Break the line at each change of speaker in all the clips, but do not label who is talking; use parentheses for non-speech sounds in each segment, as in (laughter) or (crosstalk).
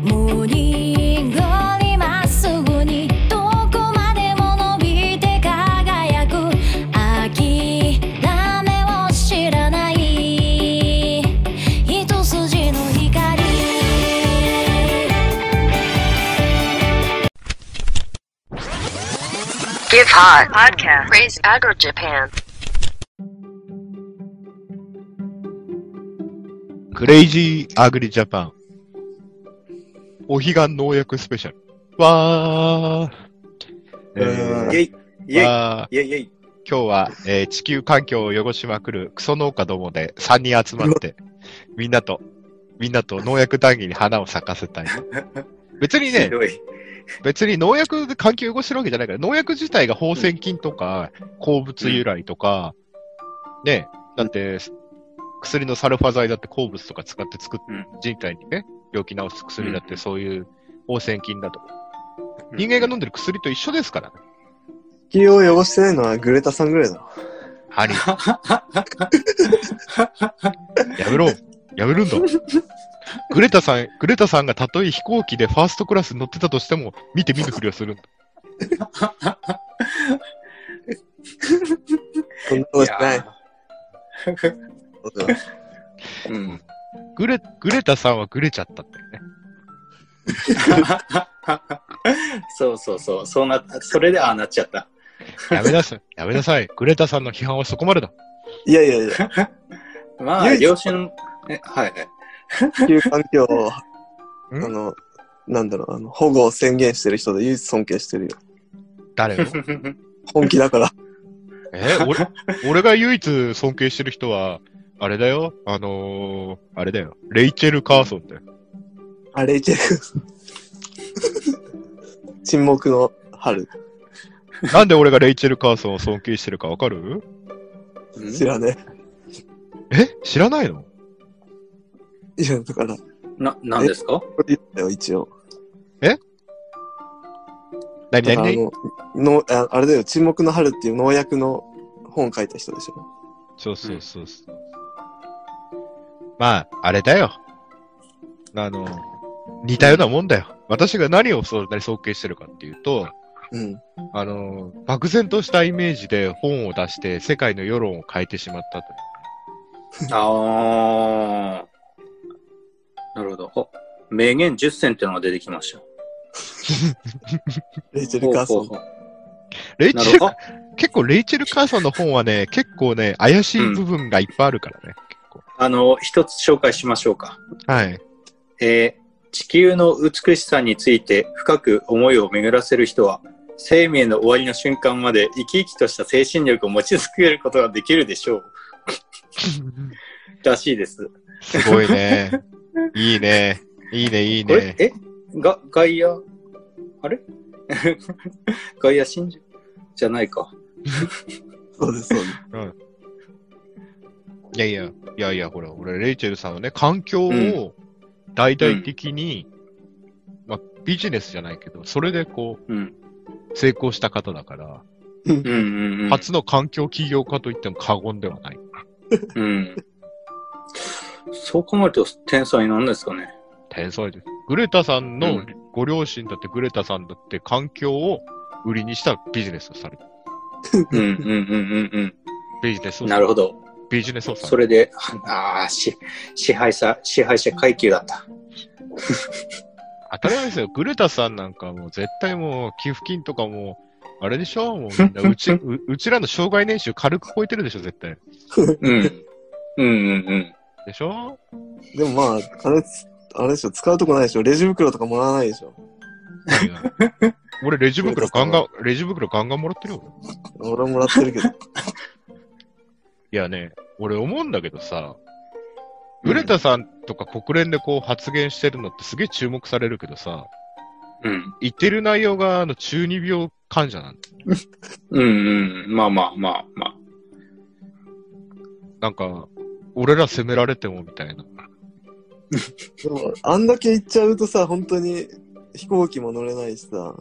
モーニングにまっすぐにどこまでも伸びて輝く諦めを知らない一筋の光
クレイジーアグリジャパン。お彼岸農薬スペシャル。わー。えー、
イェイイェイ
わー
イェイイェイ
今日は、えー地球環境を汚しまくるクソ農家どもで3人集ま
(laughs)
って、みんなと、みんなと農薬談義に花を咲かせたい。別に
ひ
ね、
どい。
別に農薬で環境汚してるわけじゃないから、農薬自体が放線菌とか、鉱物由来とか、ね、だって、薬のサルファ剤だって鉱物とか使って作っ、
うん
人体にね、病気治す薬だっ
う
て
ん
そういう放線菌だとか、
うん
人間が飲んでる薬と一緒ですからね。
地球を汚してないのはグレタさんぐらいだろ。
ハリー。やめろ。やめるん
(laughs)
だ。グレタさん、グレタさんがたとえ飛行機でファーストクラスに乗ってたとしても、見て見ぬふりをするんだ。
そんなことしてない
や
そうだよ
ーうん。
グレ、グレタさんはグレちゃったんだよね。
(laughs) そうそうそう。そうなった。それでああなっちゃった。
やめなさい。やめなさい。グレタさんの批判はそこまでだ。
いやいやいや、
(laughs) まあ、
唯一
両親、えはい
(laughs)
はい。
地球環境を、あ
ん
の、なんだろう、あの、保護を宣言してる人で唯一尊敬してるよ。
誰を
本気だから。
え俺、俺が唯一尊敬してる人は、あれだよ。あのー、あれだよ。レイチェル・カーソンだよ。
あれ、イチェル。沈黙の春。
なんで俺がレイチェル・カーソンを尊敬してるかわかる
うん
知らね
え知らないの
え。いや、だから、こ
な、なんですか
れ言ったよ、一応。
何
だからあ
何
の、のああれだよ、沈黙の春っていう農薬の本書いた人でしょ。
そうそうそうそう。まあ、あれだよ。あの、似たようなもんだよ。私が何をそんなに尊敬してるかっていうと、
うん。
あの、漠然としたイメージで本を出して世界の世論を変えてしまったという。
ああ。なるほど。お、名言10選っていうのが出てきました。
レイチェル・カーソ
ほ
ン。
うほうほ
レイ
な
チ
る
ェ
ほ
ル、結構レイチェル・カーソンの本はね、結構ね、怪しい部分がいっぱいあるからね。結構
うあの、一つ紹介しましょうか。
はい。
えー地球の美しさについて深く思いを巡らせる人は、生命の終わりの瞬間まで生き生きとした精神力を持ち続けることができるでし (laughs) ょう。らしいです。
すごい
(laughs)
ね。いいね。いいね、いい
これ
ね、。
えが、ガイア、あれ (laughs) ガイア真珠じゃないか。
そうです、そうです。
いやいや、いやいや、ほら、俺、レイチェルさんはね、環境を大々的に、まあ、ビジネスじゃないけど、それでこ
うん。
う、成功した方だから、
うんうん、うん。
初の環境起業家といっても過言ではない。
うん。そう考えると天才なんですかね。
天才です。グレタさん
う
の
ん
ご両親だってグレタさんだって環境を売りにしたビジネスをされてる。
うんうんうんうん
ビジネス
う
を
ん。
さ
な
れ
る
て
ほど。
るビジネスをさ
そ
れ
れで、ああ、し、支配者、支配者階級だった。
当たり前ですよ。グレタさんなんかもう絶対もう寄付金とかもう、あれでしょもうみんなうち、
(laughs)
ううちらの障害年収軽く超えてるでしょ絶対。
うん。うんうん
でしょ
でもまあ、あれ、あれでしょ、使うとこないでしょ、レジ袋とかもらわないでしょ。
いや俺レジ袋ガンガン、レジ袋ガンガンもらってるよ。
俺もらってるけど。
いやね、俺思うんだけどさ、グレタさんとか国連でこう発言してるのってすげえ注目されるけどさ、
うん。
言ってる内容があの中二病患者なんだ。
うんうん。まあまあまあまあ。
なんか、俺ら責められてもみたいな。
でも、あんだけ行っちゃうとさ、本当に飛行機も乗れないしさ、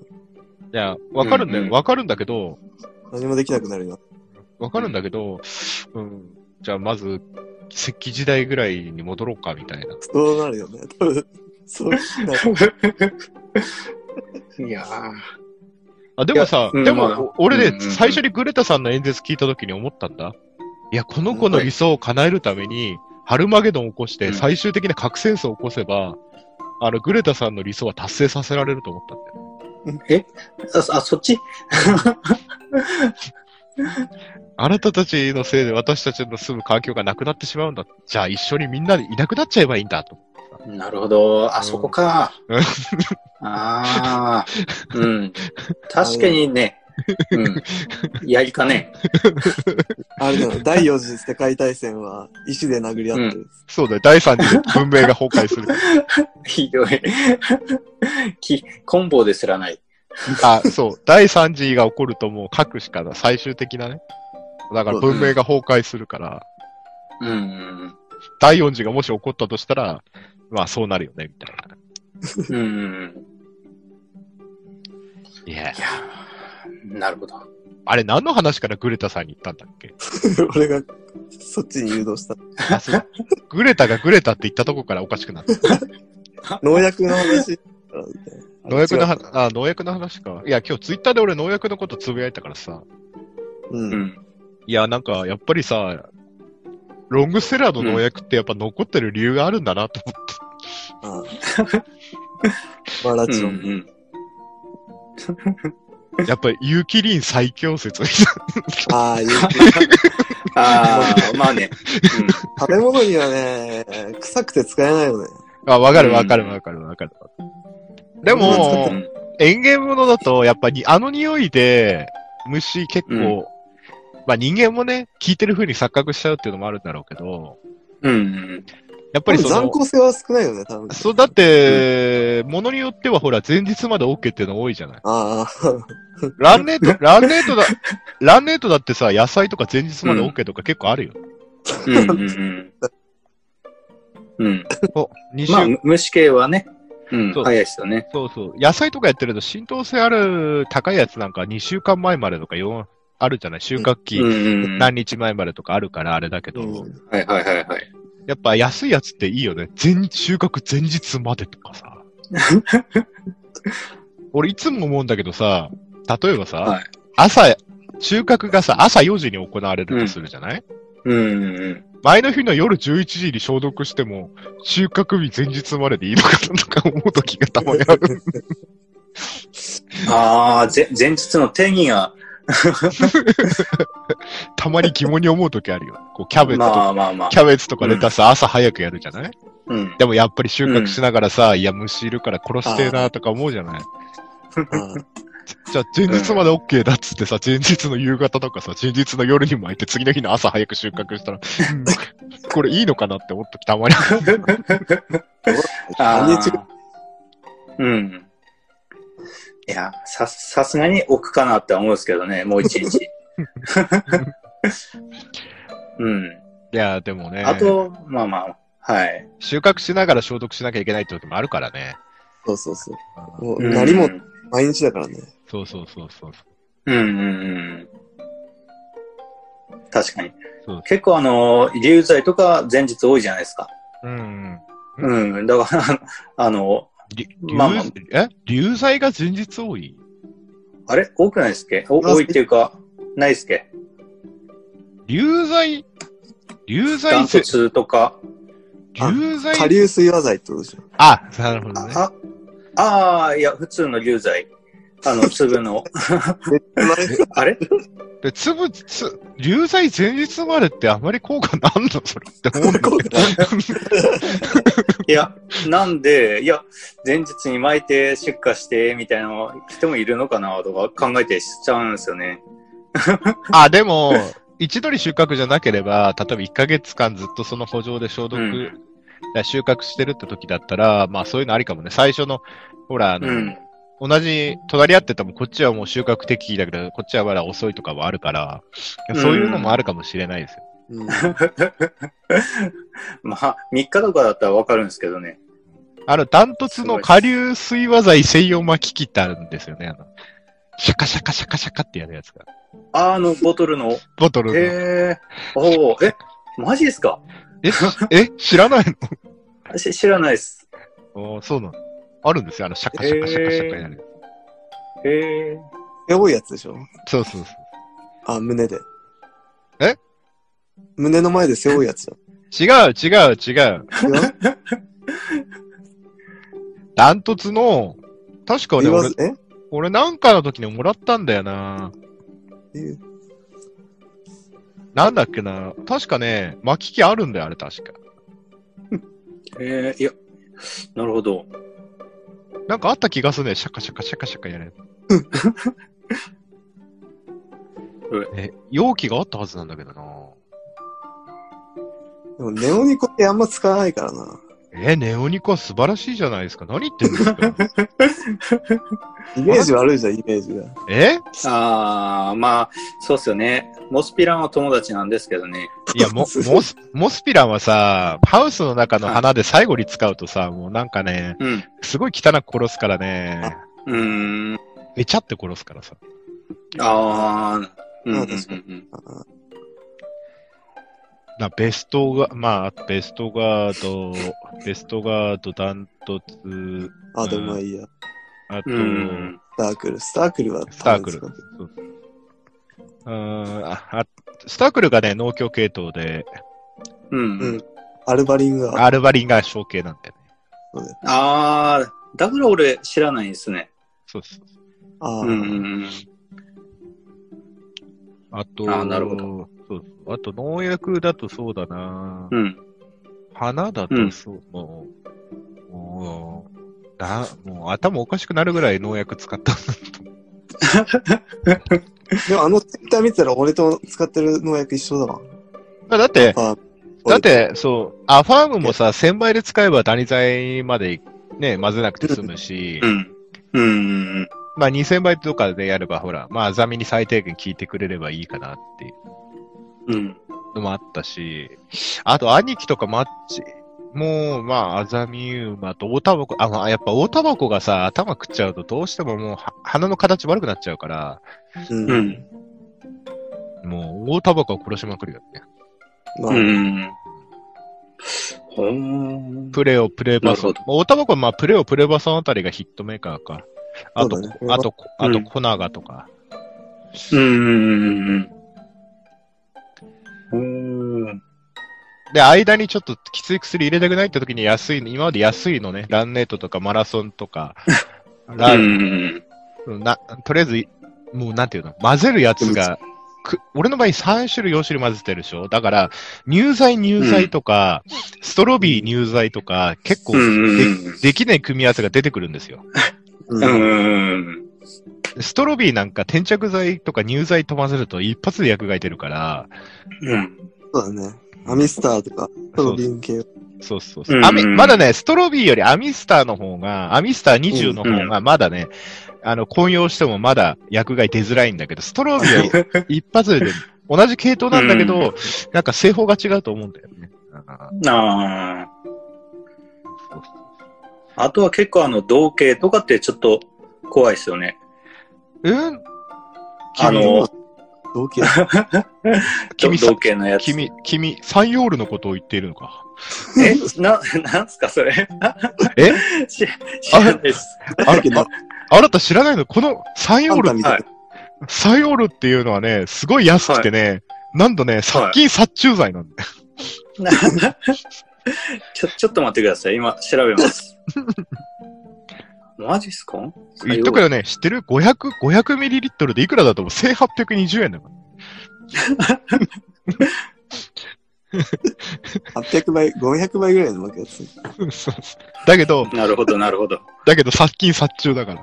いや、わかるんだ
うんう
よ。
ん
わかるんだけど、
何もできなくなるよ。
わかるんだけど、うん。じゃあまず、石器時代ぐらいに戻ろうかみたいな。
そうなるよね。多分、そう、なんか
いやー
あ、でもさ、
いやうん
で
まあ
も、お俺
うん
ね、
うんうん
最初にグレタさんの演説聞いた時に思ったんだ。いや、この子の理想を叶えるために、ハルマゲドンを起こし
う
て
ん
最終的な核戦争を起こせば、あの、グレタさんの理想は達成させられると思ったんだよ。
あ、そあそっち
あなたたちのせいで私たちの住む環境がなくなってしまうんだ。じゃあ一緒にみんなでいなくなっちゃえばいいんだ、と。
なるほど。
う
あ、
ん
そこか。
うん
ああ。うん。確かにね。うん。やりかね。
あれ
(laughs)
だよ、第四次世界大戦は石で殴り合ってる。
そうだよ、第三次で文明が崩壊する。
ひどい。き、コンボですらない。
あ、そう。第3次が起こるともう核しかない。最終的なね。だから文明が崩壊するから、
うんうん
第4次がもし起こったとしたら、まあそうなるよね、みたいな。
うん。うんうん
いや
いやーなるほど。
あれ何の話からグレタさんに言ったんだっけ
俺がそっちに誘導した。
あそうグレタがグレタって言ったとこからおかしくなった。
農薬の話からみたいな。
農薬の
話
話、あ、農薬の話か。いや、今日ツイッターで俺農薬のことつぶやいたからさ。
う。
うんん。
いや、なんかやっぱりさ、ロングセラーの農薬ってやっぱ残ってる理由があるんだなと思って。
ああバラ
うん
チ
う
オン。
ん。
やっぱり有機リン最強説みたいな。
ああ、有機
ああ、まあね。
食べ物にはね、臭くて使えないよね。
あ、わかるわかるわかるわかる。で
うん
も
う、ん
園芸物だと、やっぱりあの匂いで、虫結構、
うん
まあ人間もね、聞いてる風に錯覚しちゃうっていうのもあるんだろうけど、
うんうん。
やっぱりそ
残
の、
酷性は少ないよね、多分。
そうだって、物によってはほら、前日まで OK っていうの多いじゃない。
あ (laughs) あ、
ランネート、ランネートだ、ランネートだってさ、野菜とか前日まで OK とか結構あるよ。
うんうんうん。
(laughs)
うん。
お、2週
まあ、虫系はね。うん。
そう
早いですよね。
そうそう。野菜とかやってると浸透性ある高いやつなんか2週間前までとか4、あるじゃない収穫期、
うんうんうん。
何日前までとかあるからあれだけど、
うん
はいはいはいはい。
やっぱ安いやつっていいよね。全収穫前日までとか
(laughs)
さ。俺いつも思うんだけどさ、例えばさ、
はい
朝、収穫がさ、朝4時に行われるとするじゃない、
うんうんうん。
前の日の夜11時に消毒しても、収穫日前日まででいいのかなとか思う時がたまにある。
(laughs) ああ、ぜ前日の定義が、
たまに疑問に思う時あるよ。こう、キャベツとか
まあまあまあ
キ。ャベツとかレタス朝早くやるじゃない、
うん。
でもやっぱり収穫しながらさ、いや虫いるから殺してえなとか思うじゃない
ああ。
じゃあ前日まで OK だっつってさ、前日の夕方とかさ、前日の夜に巻いて次の日の朝早く収穫したら、うんこれいいのかなって思った時たまに。
(laughs) あ
何日
ーうん。いや、さ、さすがに置くかなって思うんですけどね、もう一
(laughs)
日。うん。
(laughs) いや、でもね、
あと、まあまあ、はい。
収穫しながら消毒しなきゃいけないって時もあるからね。
そうそうそう。もう、
うん
何も毎日だからね。
そうそうそうそう。
うんうんうん。確かに
そう。
結構あの、遺留剤とか前日多いじゃないですか。
うん。
うん。だから、あの、
り流
まあまあ
え流罪が前日多い
あれ多くないですっけお
あ
多いっていうか、ないですっけ
流罪流
ダ
罪
ントツとか。
流
下
罪
流水和剤ってことでしょ。
あ、なるほどね。
あ、ああー、いや、普通の流罪。あの、粒の。あれ
で、粒、つ、流罪前日までってあまり効果なんだ、それって思うんだけど。
いや、なんで、いや、前日に巻いて出荷して、みたい (laughs) な人もいるのかな、とか考えてしちゃうんですよね。
あ、でも、一度に収穫じゃなければ、例えば1ヶ月間ずっとその補助で消毒、
う
だ
ん
から収穫してるって時だったら、まあそういうのありかもね。最初の、ほら、あの、
うん。
同じ、隣り合ってても、こっちはもう収穫適期だけど、こっちはまだ遅いとかはあるから、そういうのもあるかもしれないですよ。
うん。
(laughs) まあ、3日とかだったらわかるんですけどね。
あの、ダントツの下流水和剤専用巻き切ったんですよね。あの、シャカシャカシャカシャカってやるやつが。
あーあのボトルの。へ
ボトルの。
え。おお。え、マジですか
え、しえ知らない
し知らないです。
の (laughs) おーそうなの。あるんですよ。あの、シャカシャカシャカシャカやる。
へえ。
背負うやつでしょ
そうそうそう。
あ、胸で。
え
胸の前で背負うやつだ。
違う、違う、違う。
違う
ダントツの、確かね、
言わ
俺
ず、、え
俺なんかの時にもらったんだよな。
言う
なんだっけな。確かね、巻き機あるんだよ、あれ確か。
えー、いや、なるほど。
なんかあった気がするね。シャカシャカシャカシャカやる
うん。 (laughs)
え、容器があったはずなんだけどな。
でもネオニコってあんま使わないからな。
え、ネオニコは素晴らしいじゃないですか。何言ってんですか
イメージ悪いじゃん、イメージが。
え
ああ、まあ、そうっすよね。モスピランは友達なんですけどね。
いや、もモス、モスピランはさ、ハウスの中の花で最後に使うとさ、もうなんかね、
うん。
すごい汚く殺すからね、
うーん。
めちゃって殺すからさ。
ああ、うんうんうん
確か
うん。
あ
なベストが、まあ、ベストガード、ベストガード、ダントツ、
あ、でもまあいいや。
あと、
う
うん
ん。
スタークル。スタークルは
スタークル
多分使
ああスタークルがね、農協系統で、
うん。
うんう。アルバリンが、
アルバリンが小系なんだよね。
ああ、だから俺知らないですね。
そうそう。
ああ、
うんうんうん。
あと、
あーなるほど
そうそう。あと、農薬だとそうだな、
うん。
花だ
う
と
ん
そう、もう、もう、な、もう頭おかしくなるぐらい農薬使ったんだと思う。
でもあのツイッター見てたら俺と使ってる農薬一緒だわ。
まあだ (laughs) って、
あ
だって、そう、アファームもさ、1000倍で使えばダニ剤までね、混ぜなくて済むし
う、ん。うん。
まあ2000倍とかでやれば、ほら、まあアザミに最低限効いてくれればいいかなっていう
うん。
のもあったし、あと兄貴とかマッチ、もう、まあ、アザミウマと大タバコ、あ、まあ、やっぱ大タバコがさ、頭食っちゃうとどうしてももうは鼻の形悪くなっちゃうから、
うん。
うん。
もう大タバコを殺しまくるよね。
まあ、
うん。ほーん。
プレオ、プレバソン
なる。
まあ、おたばこはまあプレオ、プレバソンあたりがヒットメーカーか。あと、
そうだね
あと、あ
う
と、
ん
コナガとか。
うん。うん。
で、間にちょっときつい薬入れたくないって時に安いの、今まで安いのね、ランネートとかマラソンとか、ラ
うん。
なとりあえず、もうなんていうの、混ぜるやつが、く俺の場合3種類、4種類混ぜてるでしょだから、乳剤、乳剤とか、ストロビー乳剤とか、結構で、
うん
できない組み合わせが出てくるんですよ。
うん
うん。
ストロビーなんか転着剤とか乳剤と混ぜると一発で薬害出るから、
うん。
そうだね。アミスターとか、トロビン系。
そうそうそう
うん
アミまだね、ストロビーよりアミスターの方が、アミスター20の方がまだね、あの、混用してもまだ薬害出づらいんだけど、ストロビーは (laughs) 一発で出る同じ系統なんだけど、
う
なんか製法が違うと思うんだよね。あー
ああ。
そうそう
あとは結構あの、同系とかってちょっと怖いですよね。
うん
あの、
同系。
君さ
同系のやつ。
君、君、サンヨールのことを言っているの (laughs) か。
え、な、なんすかそれ。
え
し知らないです。
あああなた知らないのこのサンヨ
あ
ー
ん
ル
たみたい
サイオールっていうのはね、すごい安くてね、なんとね、殺菌殺虫剤なんだよ。
な (laughs) ちょ、ちょっと待ってください。今、調べ
(laughs)
ます。マジっすか
言っとくけどね、知ってる ?500、500ミリリットルでいくらだと思う ?1820 円だから。
な。800倍、500倍ぐらいの負けやつ。
そうそうだけど、
なるほど、 (laughs) なるほど。
だけど殺菌殺虫だから。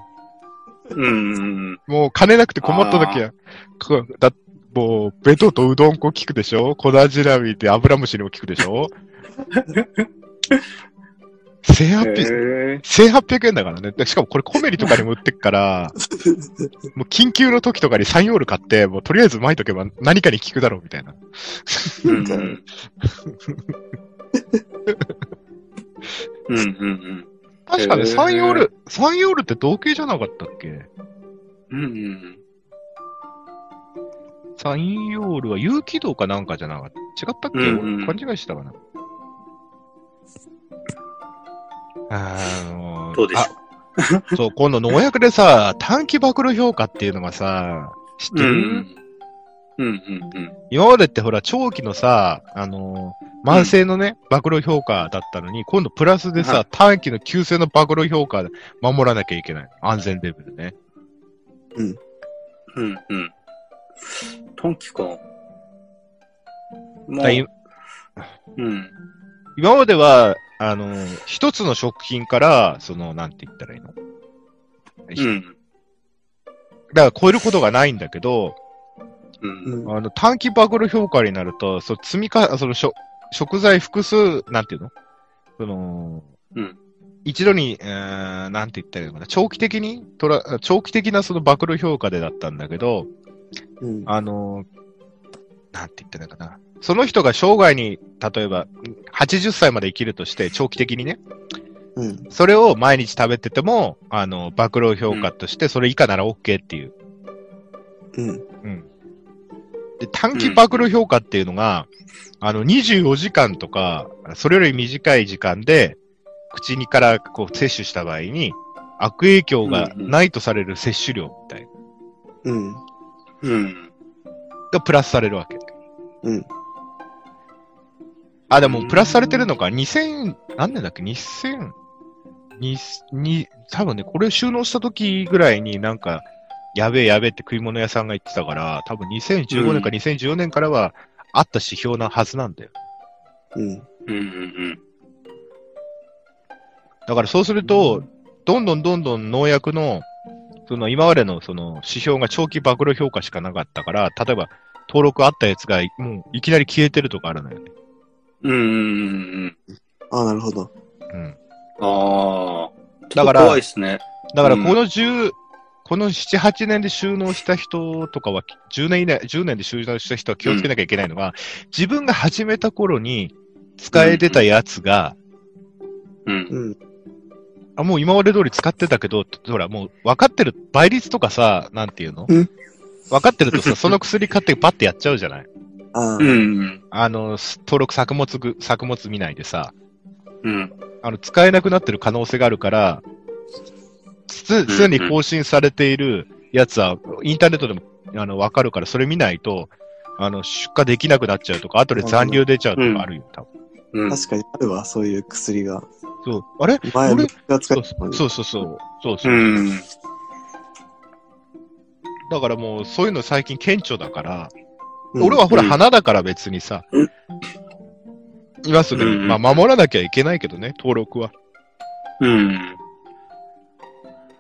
うんうんうん。
もう金なくて困った時は、こだもう、弁当とうどん粉効くでしょ粉じらみで油虫にも効くでし
(laughs)
ょ
へ
?1800
え。
1800円だからね。でしかもこれコメリとかにも売ってっ
(laughs)
から、もう緊急の時とかにサンヨール買って、もうとりあえず巻いとけば何かに効くだろうみたいな。
うんうん。うんうん
確か
へ
ね、
ー
サンヨール、サンヨールって同系じゃなかったっけ
うん。うんうん
サンヨールは有機道かなんかじゃなかった。違ったっけ、
うんうん
俺勘違いしてたかな。あの
どうでしょ
うそう、今度農薬でさ、短期暴露評価っていうのがさ、知っ
う
て
んう
る、
ん。うんうんうん。
今までってほら、長期のさ、あのー慢性のね、暴露評価だったのに、今度プラスでさ、
は
短期の急性の暴露評価で守らなきゃいけない。安全レベルね。
うんうん。短期か。も、
だいう
うん。
今までは、あのー一つの食品から、その、なんて言ったらいいの
うん。
だから超えることがないんだけど、
うん。
あの、短期暴露評価になると、そう、積みか、その、しょ食材複数、なんていうのその、
うん
一度に、えー、なんて言ったらいいのかな、長期的に、とら、長期的なその暴露評価でだったんだけど、
うん。
あのー、なんて言ったらいいのかな。その人が生涯に、例えば、ん80歳まで生きるとして、長期的にね、
うん。
それを毎日食べてても、あの、暴露評価として、それ以下なら OK っていう。
うん。
で、短期暴露評価っていうのが、あの、24時間とか、それより短い時間で、口にからこう摂取した場合に、悪影響がないとされる摂取量みたいな、
うん。
うん。
がプラスされるわけ。
うん。
あ、でも、プラスされてるのか。2000、何年だっけ ?2000、に、に、多分ね、これ収納した時ぐらいになんか、やべえやべえって食い物屋さんが言ってたから、多分2015年か
うん
2014年からは、あった指標なはずなんだよ。
うん。
うんうん
だからそうすると、どんどんどんどん農薬の、その今までのその指標が長期暴露評価しかなかったから、例えば登録あったやつがもういきなり消えてるとかあるのよね。
うん。うん。
ああ、なるほど。
うん。
ああ。
だから
怖いですね。
だから
う
こ
ん
の10、この7、8年で収納した人とかは、10年以内、10年で収納した人は気をつけなきゃいけないのが、自分が始めた頃に使えてたやつが、
うん。
うん。
あ、もう今まで通り使ってたけど、ほら、もう分かってる、倍率とかさ、なんていうの
うん
分かってるとさ、その薬買ってバッてやっちゃうじゃない
ああ
う。ん。
あの、す登録作物ぐ、作物見ないでさ、
うん。
あの、使えなくなってる可能性があるから、す、すでに更新されているやつは、インターネットでも、あの、わかるから、それ見ないと、あの、出荷できなくなっちゃうとか、後で残留出ちゃうとかあるよ、多分。
うん。
確かにあるわ、そういう薬が。
そう。あれ
前、
俺
僕が使
そ
っ
う
てたのに。
そうそうそう。そうそうう。
ん。
だからもう、そういうの最近顕著だから、
うん
俺はほら、
うん
花だから別にさ、
うん
今すぐに、
うん
まあ、守らなきゃいけないけどね、登録は。
うん。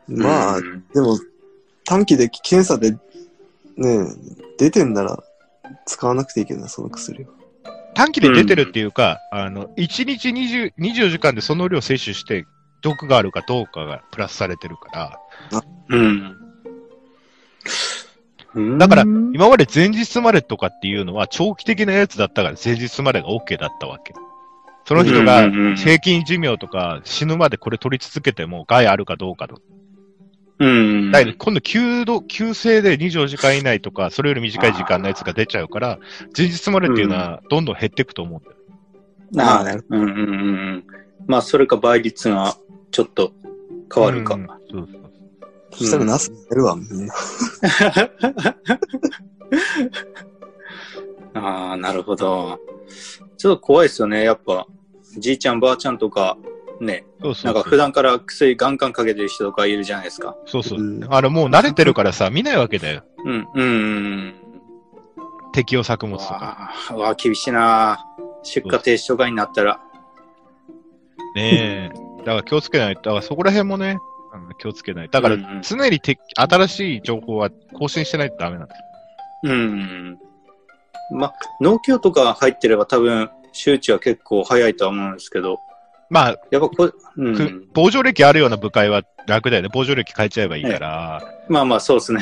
まあ
う、ん
でも、短期で検査で、ねえ、出てんなら、使わなくていいけどな、その薬は。
短期で出てるっていうか、あの、1日20 24時間でその量摂取して、毒があるかどうかがプラスされてるから、
うん。
だから
うん
今まで前日までとかっていうのは長期的なやつだったから前日までが OK だったわけ。その人
う
が
んうんうん
平均寿命とか死ぬまでこれ取り続けても害あるかどうかと。
うん。
だけど今度急度、急性で24時間以内とか、それより短い時間のやつが出ちゃうから、前日までっていうのはどんどん減っていくと思うんだよ。
ああ、なるほど。うんうんうんうん。まあ、それか倍率がちょっと変わるか。
うんそうそう
そしたらナスやるわ、みんな。。
(laughs) ああ、なるほど。ちょっと怖いですよね、やっぱ。じいちゃん、ばあちゃんとか、ね、
そうそ
な
うん
か普段から薬ガンガンかけてる人とかいるじゃないですか。
そうそううんあの、もう慣れてるからさ、見ないわけだよ。
うん、うんうん
適用作
うん。
物とか。
わあ、うわあ厳しいな。出荷停止とかになったら。
ねえ。だから気をつけないと。だからそこら辺もね、あの気をつけない。だか
うんう
ら
ん
常にて新しい情報は更新してないとダメなんだよ。
うん。まあ、農協とか入ってれば多分、周知は結構早いとは思うんですけど、
まあ、
やっぱこ、う
く
ん。
傍聴歴あるような部会は楽だよね。傍聴歴変えちゃえばいいから。
まあまあ、そうですね。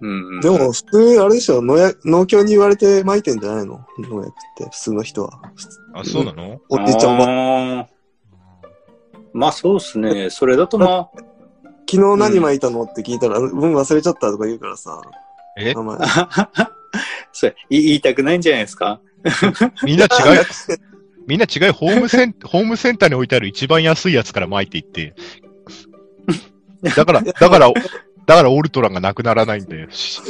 うんうん。
(laughs) でも、普通、あれでしょ、農薬農協に言われて撒いてんじゃないの農薬って、普通の人は。
あ、そうなの
おじいちゃん、おば
あーまあそうですね。それだとま
昨日何巻いたのって聞いたら、うん、忘れちゃったとか言うからさ。
え
名前。
あ、それい言いたくないんじゃないですか
みん
(laughs)
な違う、みんな違う、ホームセン、ホームセンターに置いてある一番安いやつから巻いてい
(laughs)
って。だから、だから、だからオルトラがなくならないんだよ。ス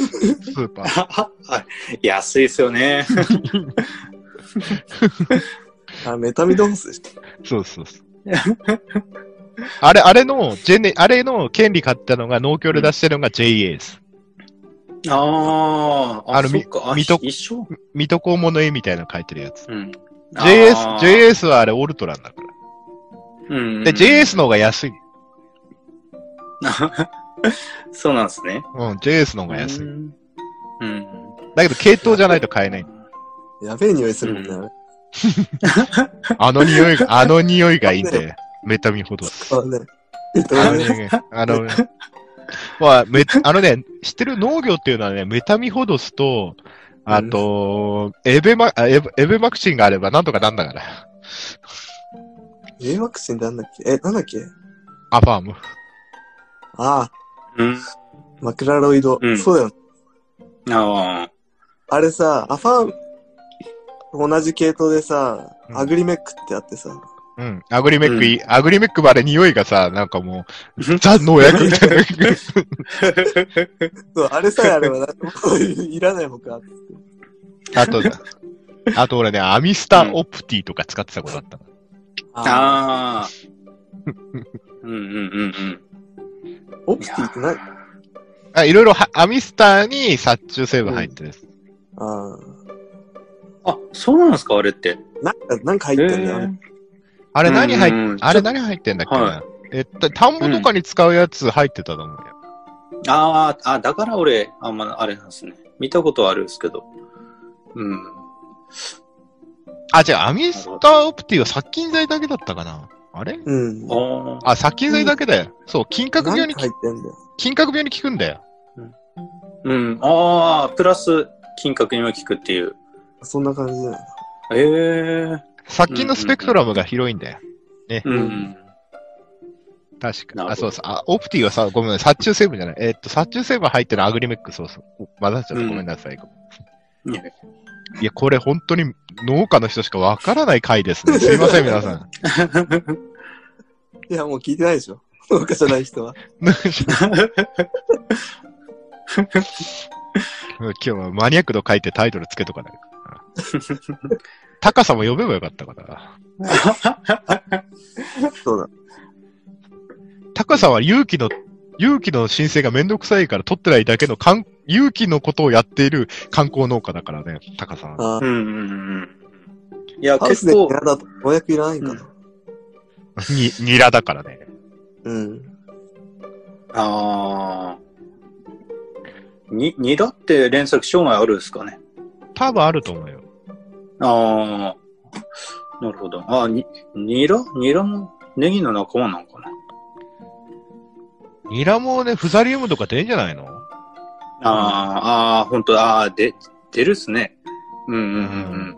ーパー。
安いですよね。
あ、メタミドースでした。
そうそうそう。あれ、あれの、ジェネ、あれの権利買ったのが農協で出してるのが JA です。
ああ、
あの
そ
み
っか、あ
水戸
一緒
水戸黄門の絵みたいなの書いてるやつ。
うん。
JS
あ、ー
JS はあれオルトラになるから。
うん。
で、JS の方が安い。
そうなんですね。
うん、JS の方が安
う
い。
ん。うん
だけど、系統じゃないと買えない。
やべえ匂いするもんね。
うん
あの匂い
(laughs)
が、あの匂いがいいんだよ。メタミンほど。
あね。えっと、
あのね、あの、まあ、め、あのね、知ってる農業っていうのはね、メタミホドスと、あと、エベマ、あエベエベマクチンがあればなんとかなんだから。
A ワクチンってなんだっけえ、なんだっけ
アファーム。
ああ、
うん。
マクラロイド。
うん
そうだよ。
ああ。
あれさ、アファン、同じ系統でさ、
うん
アグリメックってあってさ、
うん。アグリメックいい。アグリメックもあれ匂いがさ、なんかもう、ザ農薬みたいな。
そう、あれさえあればな、もういらないほか。
あと、あと俺ね、アミスタ
うん
オプティとか使ってたことあったの。
あ
あ
あ。うんうんうんうん。
あ、オプティってない
あ、いろいろは、アミスタに殺虫成分入ってるんです。
ああ。
あ、そうなんですかあれって。
なんか、なんか入ってんだよ。
へー
あれ何入っ、
うんうん
あれ何入ってんだっけな、
は
えっと、田んぼとかに使うやつ入ってたと思うよ。
あーあ、だから俺、あんまあれなんですね。見たことはあるんですけど。うん。
あ、違う、アミスターオプティは殺菌剤だけだったかなあれ
うん。
ああ。
あ、殺菌剤だけだよ。そう、金閣
な
病
ん
に
か、入ってんだよ。
金閣病に効くんだよ。
うん。ああ、プラス、金閣にも効くっていう。
そんな感じだよ。
ええー。
殺菌のスペクトラムが広いんだよ。
うん。
確か
なるほど
あ、そうそう。あ、オプティはさ、ごめん、殺虫成分じゃない。えっと、殺虫成分入ってるアグリメック、そうそう。お混ざっちゃった。ごめんなさい。
いや
いや、これ本当に農家の人しかわからない回です
(laughs)
ね。すいません、皆さん。
いや、もう聞いてないでしょ。 (laughs) 農家じゃない
(laughs)
人は。
今日はマニアック度書いてタイトルつけとかない。高さも読めばよかったかな。
そうだ。
高さは勇気の、勇気の申請がめんどくさいから取ってないだけの観、勇気のことをやっている観光農家だからね、高さんは。
あ
うんうんうんうん。いや、
あ。ハウ
結
スで
構
嫌、だと、農薬いらないんかな。
に、ニラだからね。
うん。
ああ。に、にだって連作障害あるんですかね。
多分あると思うよ。
ああ。なるほど。ああ、に、ニラニラもネギの仲間なんかな。
ニラもね、フザリウムとか出んじゃないの
ああ、ああ、ほんと、ああ、で、出るっすね。うんうんうん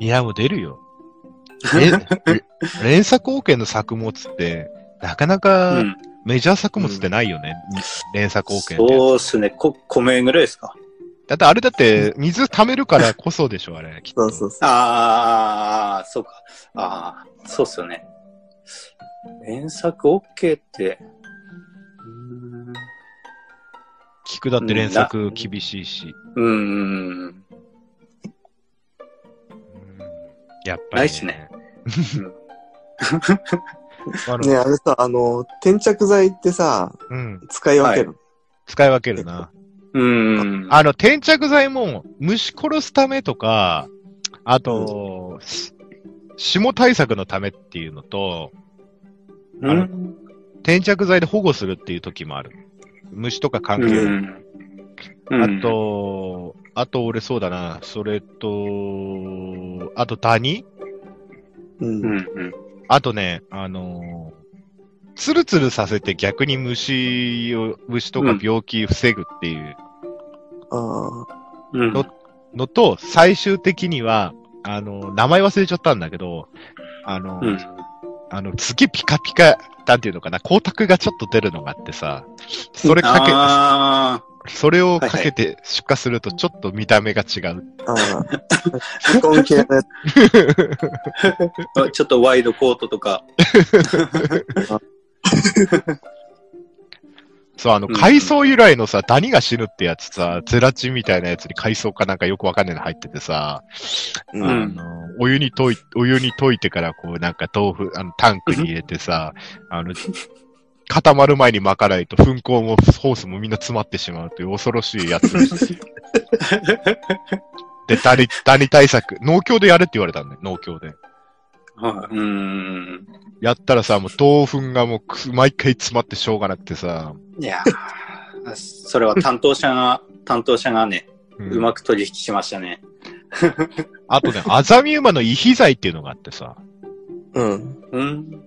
ニラも出る
(laughs)
よ。え連作王権の作物って、なかな
うん。う
か
ん、
メジャー作物ってないよね。連作王権ってやつ。
そうっすね。こ、米ぐらいですか。
だってあれだって、水溜めるからこそでしょ、あれ。きっ
そ
と
うそうそう。
ああ、そうか。ああ、そうっすよね。連作 OK って、
聞くだって連作厳しいし。
うーん、うーん、
やっぱり、
ないっすね。
(laughs) あの
ねあれさ、あの、転着剤ってさ、
うん。
使い分ける。
使い分けるな。
うーん。
あの、転着剤も、虫殺すためとか、あと、し霜対策のためっていうのと、
う
あの
ん、
転着剤で保護するっていう時もある。虫とか関係
う
ない。
ん。うん
あ、と、あと俺そうだな。それと、あと谷
うん。
うんうん。
あとね、あのー、ツルツルさせて逆に虫を、虫とか病気防ぐっていう
ああ。
うん
どのと、最終的には、あのー名前忘れちゃったんだけど、あのー
うん。
あの、すげえピカピカ、なんていうのかな、光沢がちょっと出るのがあってさ、それか
あ
け、それをかけて出荷するとちょっと見た目が違う。
ああ。基本系のやつ。
あ、ちょっ (laughs) とワイドコートとか。
そう、あの、
うん
海藻由来のさ、ダニが死ぬってやつさ、ゼラチンみたいなやつに海藻かなんかよくわかんないの入っててさ、
う
あ
ん。
の、お湯に溶い、お湯に溶いてからこうなんか豆腐、あの、タンクに入れてさ、あの、固まる前に巻かないと、粉行もホースもみんな詰まってしまうという恐ろしいやつ。で、ダニ、ダニ対策、農協でやれって言われたんだよ、農協で。
はい。うん。
やったらさ、もう豆腐がもうくす毎回詰まってしょうがなくてさ、
いやーそれは担当者が、 (laughs) 担当者がね、
うん
うまく取引しましたね。
あとね、アザミウマの遺肥剤っていうのがあってさ、
うん。
うん。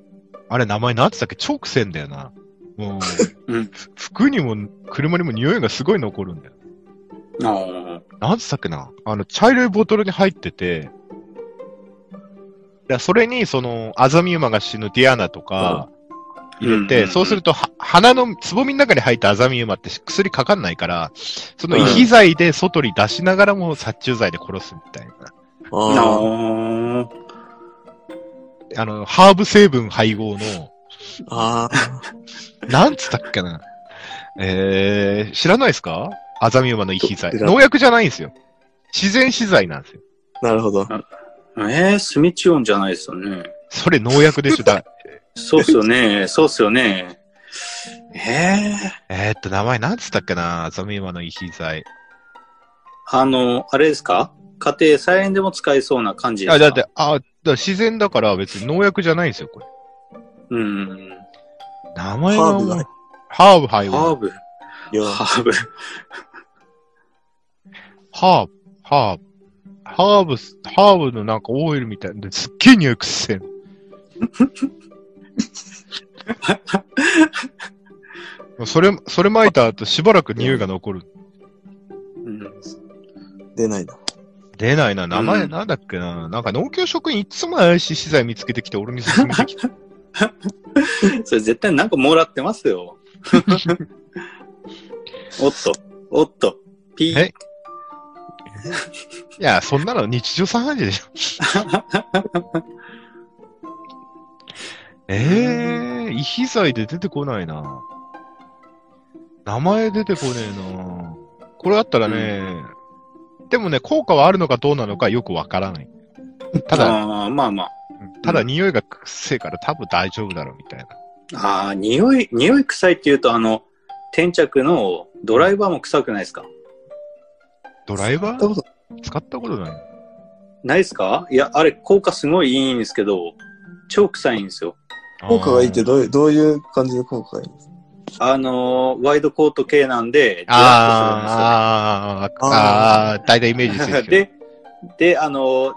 あれ名前なんつったっけ超癖んだよな。もう、
うん
ふ服にも車にも匂いがすごい残るんだよ。
あー
なんつったっけなあの、茶色いボトルに入ってて、いや、それに、その、アザミウマが死ぬディアナとか入れて、
うんうんうん
そうするとは、花のつぼみの中に入ったアザミウマって薬かかんないから、その遺肥剤で外に出しながらも殺虫剤で殺すみたいな。
ああ。
あー。
あの、ハーブ成分配合の、
ああ。
なんつったっけな。えー、知らないですかアザミウマの遺肥剤。
知らない
農薬じゃないんですよ。自然資材なんですよ。
なるほど。
えー、スミチオンじゃないですよね。
それ農薬でしょ。だ
そうっすよ (laughs) ね。そうっすよね。えー、
えーっと、名前なんつったっけなアザミウマの遺肥剤。
あの、あれですか家庭菜園でも使えそうな感じですか
あ、だって、あ、だから自然だから別に農薬じゃないんですよ、これ。
うん。
名前
ハ
が
ー
も
ブ
う
がね
ハーブ配
ハー
合。
ブ。
いや、
ハーブ。
ハーブ、ハーブ。ハーブス、ハーブのなんかオイルみたいな、すっげえ匂いくっせえの。もう (laughs) それ、それ撒いた後しばらく匂いが残る。
うん
出ないな。
出ないな、名前
うん
なんだっけな。なんか農協職員いつも怪しい資材見つけてきて俺に勧めてきた。
それ絶対なんかもらってますよ。 (laughs) おっと、おっと、ピー
え。いや、そんなの日常茶飯事でしょ。ええー、遺肥剤で出てこないな。名前出てこねえな。これあったらね、でもね、効果はあるのかどうなのかよくわからない。ただ、
あーまあまあ。
ただ匂いがくっせえから多分大丈夫だろうみたいな。
ああ、匂い、匂い臭いっていうと、あの、転着のドライバーも臭くないですか
ドライバ
どう
ー
ぞ。
使ったことない。
ないですかいや、あれ、効果すごいいいんですけど、超臭いんですよ。
効果がいいって
ど。
どういう、どういう感じの効果がいい
あのーワイドコート系なんで、ジュワ
あーあー、ああー、大体イメージ
ッと
す
す
る
る
で
ん
しょ
(laughs) ですよ。で、で、あのー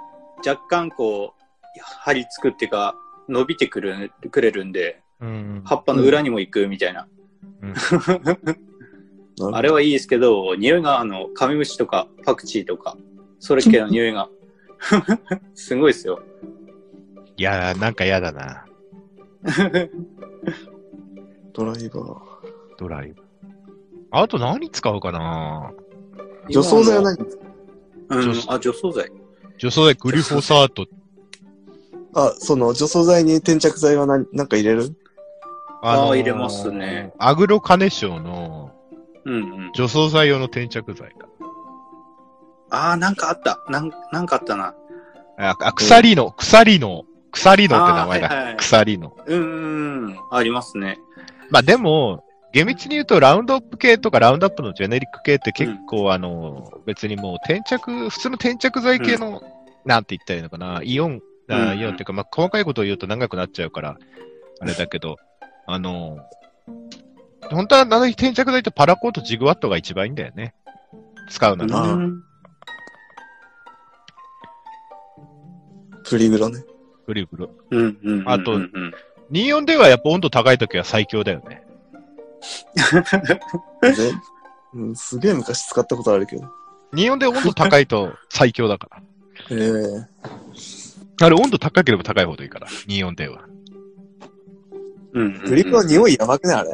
若干こう、張り付くっていうか、伸びてくる、くれるんで、
うん
葉っぱの裏にも行くみたいな。
うん
の
あれはいいですけど、匂いが、あの、カメムシとか、パクチーとか、それ系の匂いが、 (laughs) すごいですよ。 (laughs)
いやー、なんか嫌だな。
ドライバー。
ドライバー。あと何使うかな
除草剤はない
うん、あ、除草剤。
除草剤グリフォサート。
あ、その、除草剤に転着剤は何、なんか入れる
あー
ー
入れますね。
アグロカネショの
うんうん。
除草剤用の転着剤か。
ああ、なんかあった。なん、なんかあったな。
あ、あ鎖の、鎖の、鎖のって名前
あーはいはい
だ
は。い
鎖の。
うんうんうん、ありますね。
まあでも、厳密に言うと、ラウンドアップ系とかラウンドアップのジェネリック系って結構あの、別にもう転着、普通の転着剤系の、なんて言ったらいいのかな、イオン、あ
うん
イオンっていうか、まあ細かいことを言うと長くなっちゃうから、あれだけど、あの、本当はあの転着剤ってパラコートジグワットが一番いいんだよね。使うなら。
あ
うん
プリグラ
(laughs)
ね。
グリグル。
うんうんうんうん。
あと
うんうん
24ではやっぱ温度高い時は最強だよね。
ねうん、すげえ昔使ったことあるけど。
24で温度高いと最強だから。
ええ
あれ温度高ければ高いほどいいから、24では。
うんうんうん
グリムの匂いやばくないあれ。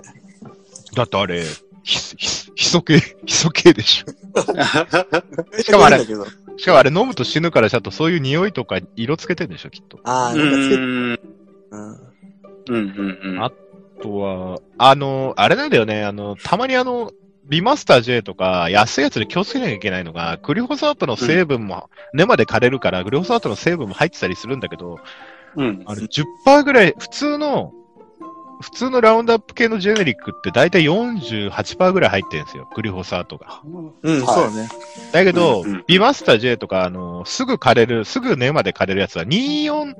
だってあれ、ひ、ひ、ひそ系、 (laughs) ひそ系でしょ。しかもあれ
だけど。
(laughs) しかもあれ飲むと死ぬからちゃんとそういう匂いとか色つけてんでしょ、きっと。
ああ、
う
なんかつけて、
ん
うん。
うんうんうん。
ああとは、あの、あれなんだよね、あの、たまにあの、リマスター J とか、安いやつで気をつけなきゃいけないのが、グリホサートの成分も、根まで枯れるから、グリホサートの成分も入ってたりするんだけど、
うん
あれ10%ぐらい、普通の、普通のラウンドアップ系のジェネリックって大体48%ぐらい入ってるんですよ、グリホサートが。
うん、
はい
そうだね。
だけど、
うんうん
ビマスター J とか、あの、すぐ枯れる、すぐ根まで枯れるやつは、24、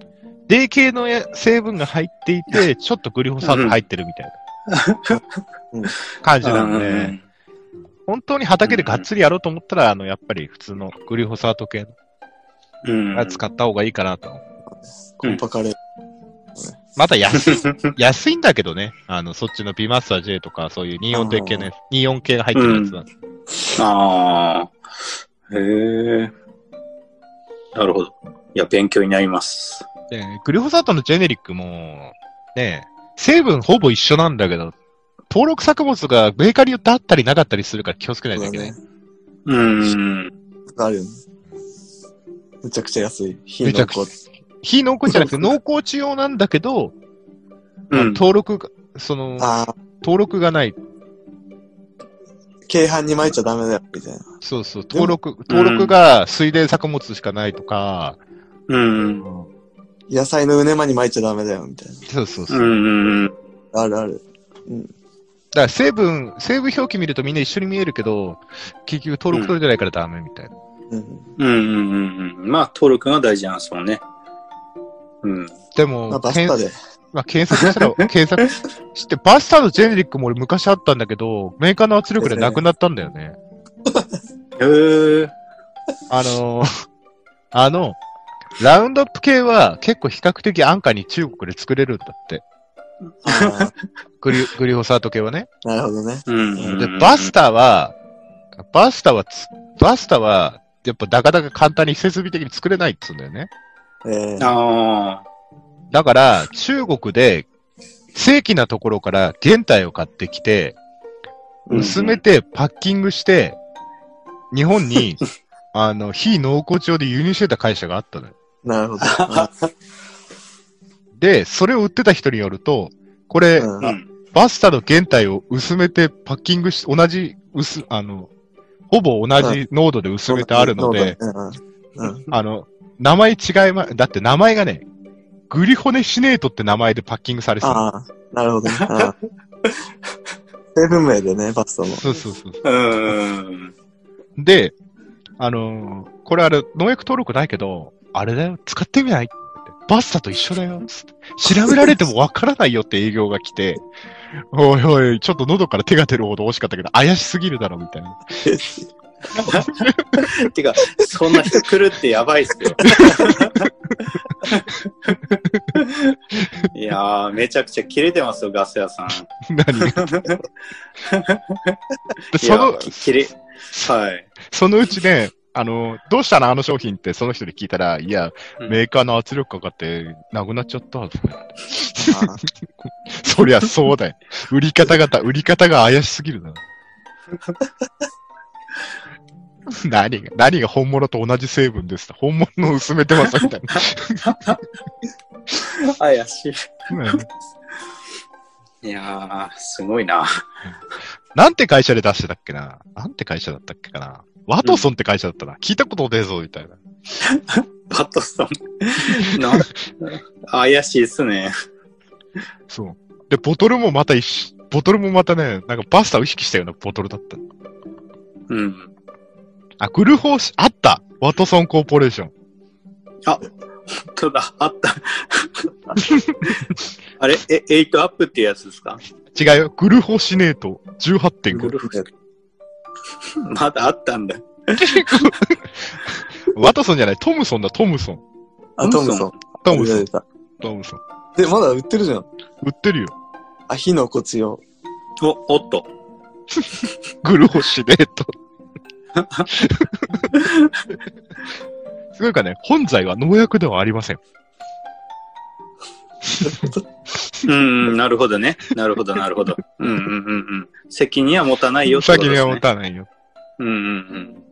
D 系のや成分が入っていて、ちょっとグリホサート入ってるみたい
うん
な感じ
う
なん
んう
で、
ん
本当に畑でがっつりやろうと思ったら、あの、やっぱり普通のグリホサート系の
うん。
やつ使った方がいいかなと。
コンパカレー。
また安
(laughs)
い、安いんだけどね、あの、そっちのビマスター J とか、そういう24系系のやつ、24系が入ってるやつは。
ああ。へえ。なるほど。いや、勉強になります。
で、グリホサートのジェネリックも、ね、成分ほぼ一緒なんだけど、登録作物がメーカリーだったりなかったりするから気をつけない
そう
とい
だ
けない。
ね。
うん。
あるよね。むちゃくちゃ安い。非
めち
濃
ゃくちゃ
厚。
非濃厚じゃなくて濃厚中用なんだけど、
うん。
登録が、その、
ああ、
登録がない。
軽犯に巻いちゃダメだよ、みたいな。
そうそう、登録、登録が水田作物しかないとか、
うん。
野菜のうねまに巻いちゃダメだよ、みたい
そうそうそうう。だ
ん。
な。あるある。
から成分、成分表記見るとみんな一緒に見えるけど、結局登録取れてないからダメみたいな。
うん。
うんうんうんうん。まあ、登録が大事なんですもんね。うん。
で
まあ、
も、
バスタで。
まあ、検索したら、
(laughs)
検索して、バスターのジェネリックも俺昔あったんだけど、メーカーの圧力でなくなったんだよね。
へえ。
あのー (laughs) あの、ラウンドアップ系は結構比較的安価に中国で作れるんだって。
あ
グリ、グリホサート系はね。
あ、なるほどね。
うん。
で、バスターは、バスターはつ、バスターは、やっぱなかなか簡単に設備的に作れないっつうんだよね。
ええ
ああ。
だから、中国で、正規なところから原体を買ってきて、
うん
薄めてパッキングして、日本
(laughs)
に、あの、非濃厚調で輸入してた会社があったのよ。
な
(laughs)
るほど。あ
で、それを売ってた人によると、これ、
うん
う
あ
ん。
バスタの原体を薄めてパッキングし、同じ、薄、あの、ほぼ同じ濃度で薄めてあるので、
そうだね。うんうん。
あの、名前違いま、だって名前がね、グリホネシネートって名前でパッキングされてたの
ああ、なるほどね。ああ成分名でね、バスタも。
そうそうそう。
うん。
で、あのーこれあれ、農薬登録ないけど、あれだよ、使ってみないってバスタと一緒だよ、つって調べられてもわからないよって営業が来て、おいおい、ちょっと喉から手が出るほど惜しかったけど、怪しすぎるだろ、みたいな。
てか、そんな人来るってやばいっすよ。
(laughs)
いやー、めちゃくちゃ切れてますよ、ガス屋さん。
何がで
い
そ
や
の、
切れ、はい。
そのうちね、あのー、どうしたのあの商品ってその人に聞いたら、いや、
うん
メーカーの圧力かかって、なくなっちゃった。
ああ
そりゃそうだよ。売り方がた、売り方が怪しすぎ
(laughs)
るな。何が、何が本物と同じ成分ですって本物の薄めてますみたい
怪し
な。
い。いやー、すごいな。
(laughs) なんて会社で出してたっけななんて会社だったっけかなワトソンって会社だったな。聞いたことねえぞ、みたいな。
パットさん。な、怪しいっすね。
そう。で、ボトルもまた一緒、ボトルもまたね、なんかバスターを意識したようなボトルだった。
うん。
あ、グルホーシ、あったワトソンコーポレーション。
ただ、あった。あれえ、エイトアップっていうやつですか
違うよ。グルホシネート
グ
18.5。
ルフで
まだあったんだ。
ワトソンじゃない、トムソンだ、トムソン。
あ、トムソン。
トムソ
売ら
ン
れ、た
トムソン。
で、まだ売ってるじゃん。
売ってるよ。
あ、火のコチよ。
お、おっと。
グルホシデ
(laughs)
ート。すごいかね、本罪は農薬ではありません。
うんうん、なるほどね。なるほど、なるほど。うんうんうんうん。責任は持たないよってこと
先
です、
に
ね。
は持たないよ。
うんうん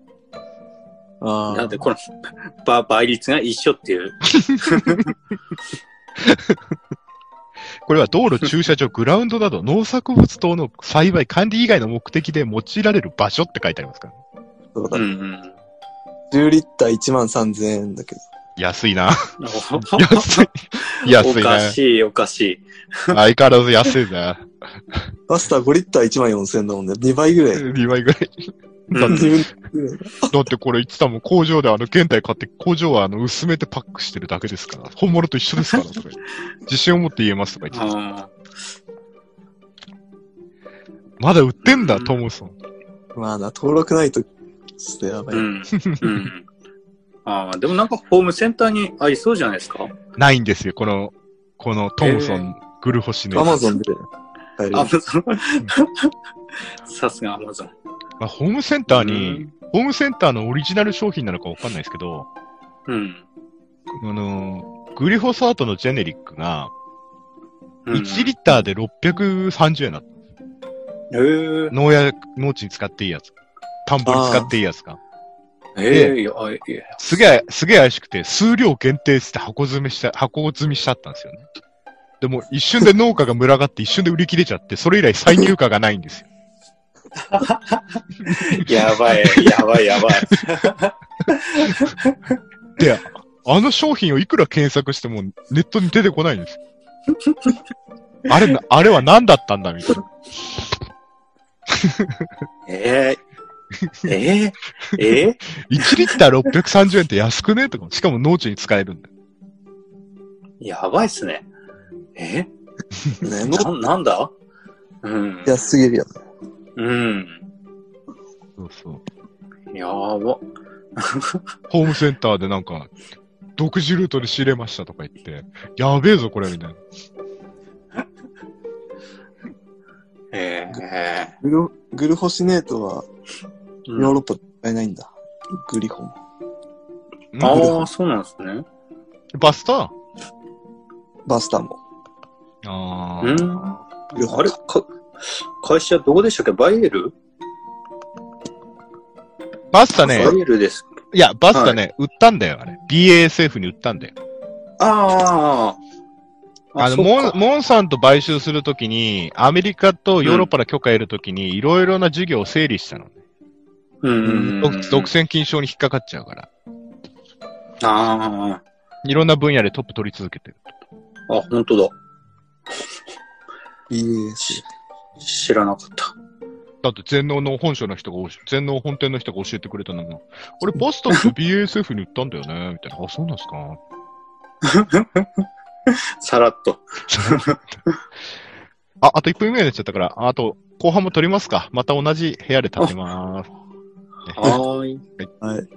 う
あ
ん。
あ
なん。でこのば、倍率が一緒っていう。
これは道路、駐車場、グラウンドなど農作物等の栽培、管理以外の目的で用いられる場所って書いてありますから。
そう
う
だ
んうん。
10リッター1万3000円だけど。
安
(laughs)
いな。
お
安い。安
お
い
か
な。
しい、おかしい。
相変わらず安い
(laughs)
な。
パスタ5リッター1万4000円だもんね。2倍ぐらい。
2倍ぐらい。だ
うん
って、
うん
だってこれ言ってたもん、工場であの、現代買って、工場はあの、薄めてパックしてるだけですから。本物と一緒ですから、とか言って自信を持って言えますとか言ってた。
あ
まだ売ってんだ、
うん
トムソン。
まあな、登録ないと、ちょっとやば
ー
い。
うん。うん。ああ、でもなんかホームセンターにありそうじゃないですか。
ないんですよ、この、このトムソン、グルホシの
ア
やつ。
マゾンで買える
アマ。ゾン。さすがアマゾン。
まあ、ホームセンターに、ホームセンターのオリジナル商品なのかわかんないですけど、
うん。
あのー、グリホサートのジェネリックが、
うん。
1リッターで630円だった。
へー
農薬、農地に使っていいやつ。田んぼに使っていいやつが。
えーいやあいや
すげえ、すげえ怪しくて、数量限定して箱詰めした、箱積みしちゃったんですよね。でも、一瞬で農家が群がって一瞬で売り切れちゃって、それ以来再入荷がないんですよ。
やばい、やばい、やばい。
で、あの商品をいくら検索してもネットに出てこないんですよ。あれな、あれは何だったんだみたいな。
えー、えー、えー、
1リッター630円って安くねとか、しかも農地に使えるんだよ。
やばいっすね。え
(laughs)
ね、も
な、なんだうん。
う安すぎるよね。
うん。
そうそう。
やば。
ホームセンターでなんか、独自ルートで仕入れましたとか言って、やべえぞこれみたいな。
ええ
グル、グルホシネートは、ヨ
ー。
ーロッパで買えないんだ。グリホン。
ああ、そうなんですね。
バスター
バスタも。
あ
う
ー
ん。
グリホン
あれか、会社どこでしたっけバイエル
バスタね
バ、イエルです。
いや、バスタね、売ったんだよ、あれ。BASF に売ったんだよ。
ああ。
あの、
そっ
モン
か、
モンさんと買収するときに、アメリカとヨーロッパの許可得るときに、いろいろな事業を整理したのね。
うんうんうん。
独独占禁止法に引っかかっちゃうから。
あ
いろんな分野でトップ取り続けてる。
あ。あ、本当だ。
BAS。
知らなかった。
だって全農の本社の人が教え、全農本店の人が教えてくれたのが、俺バスタと BASF に売ったんだよね、みたいな。あ、そうなんですか。 (laughs)
さらっと。
あ、あと1分ぐらいになっちゃったから、ああと、後半も撮りますか。また同じ部屋で撮ってまーす。
はーい。
はい。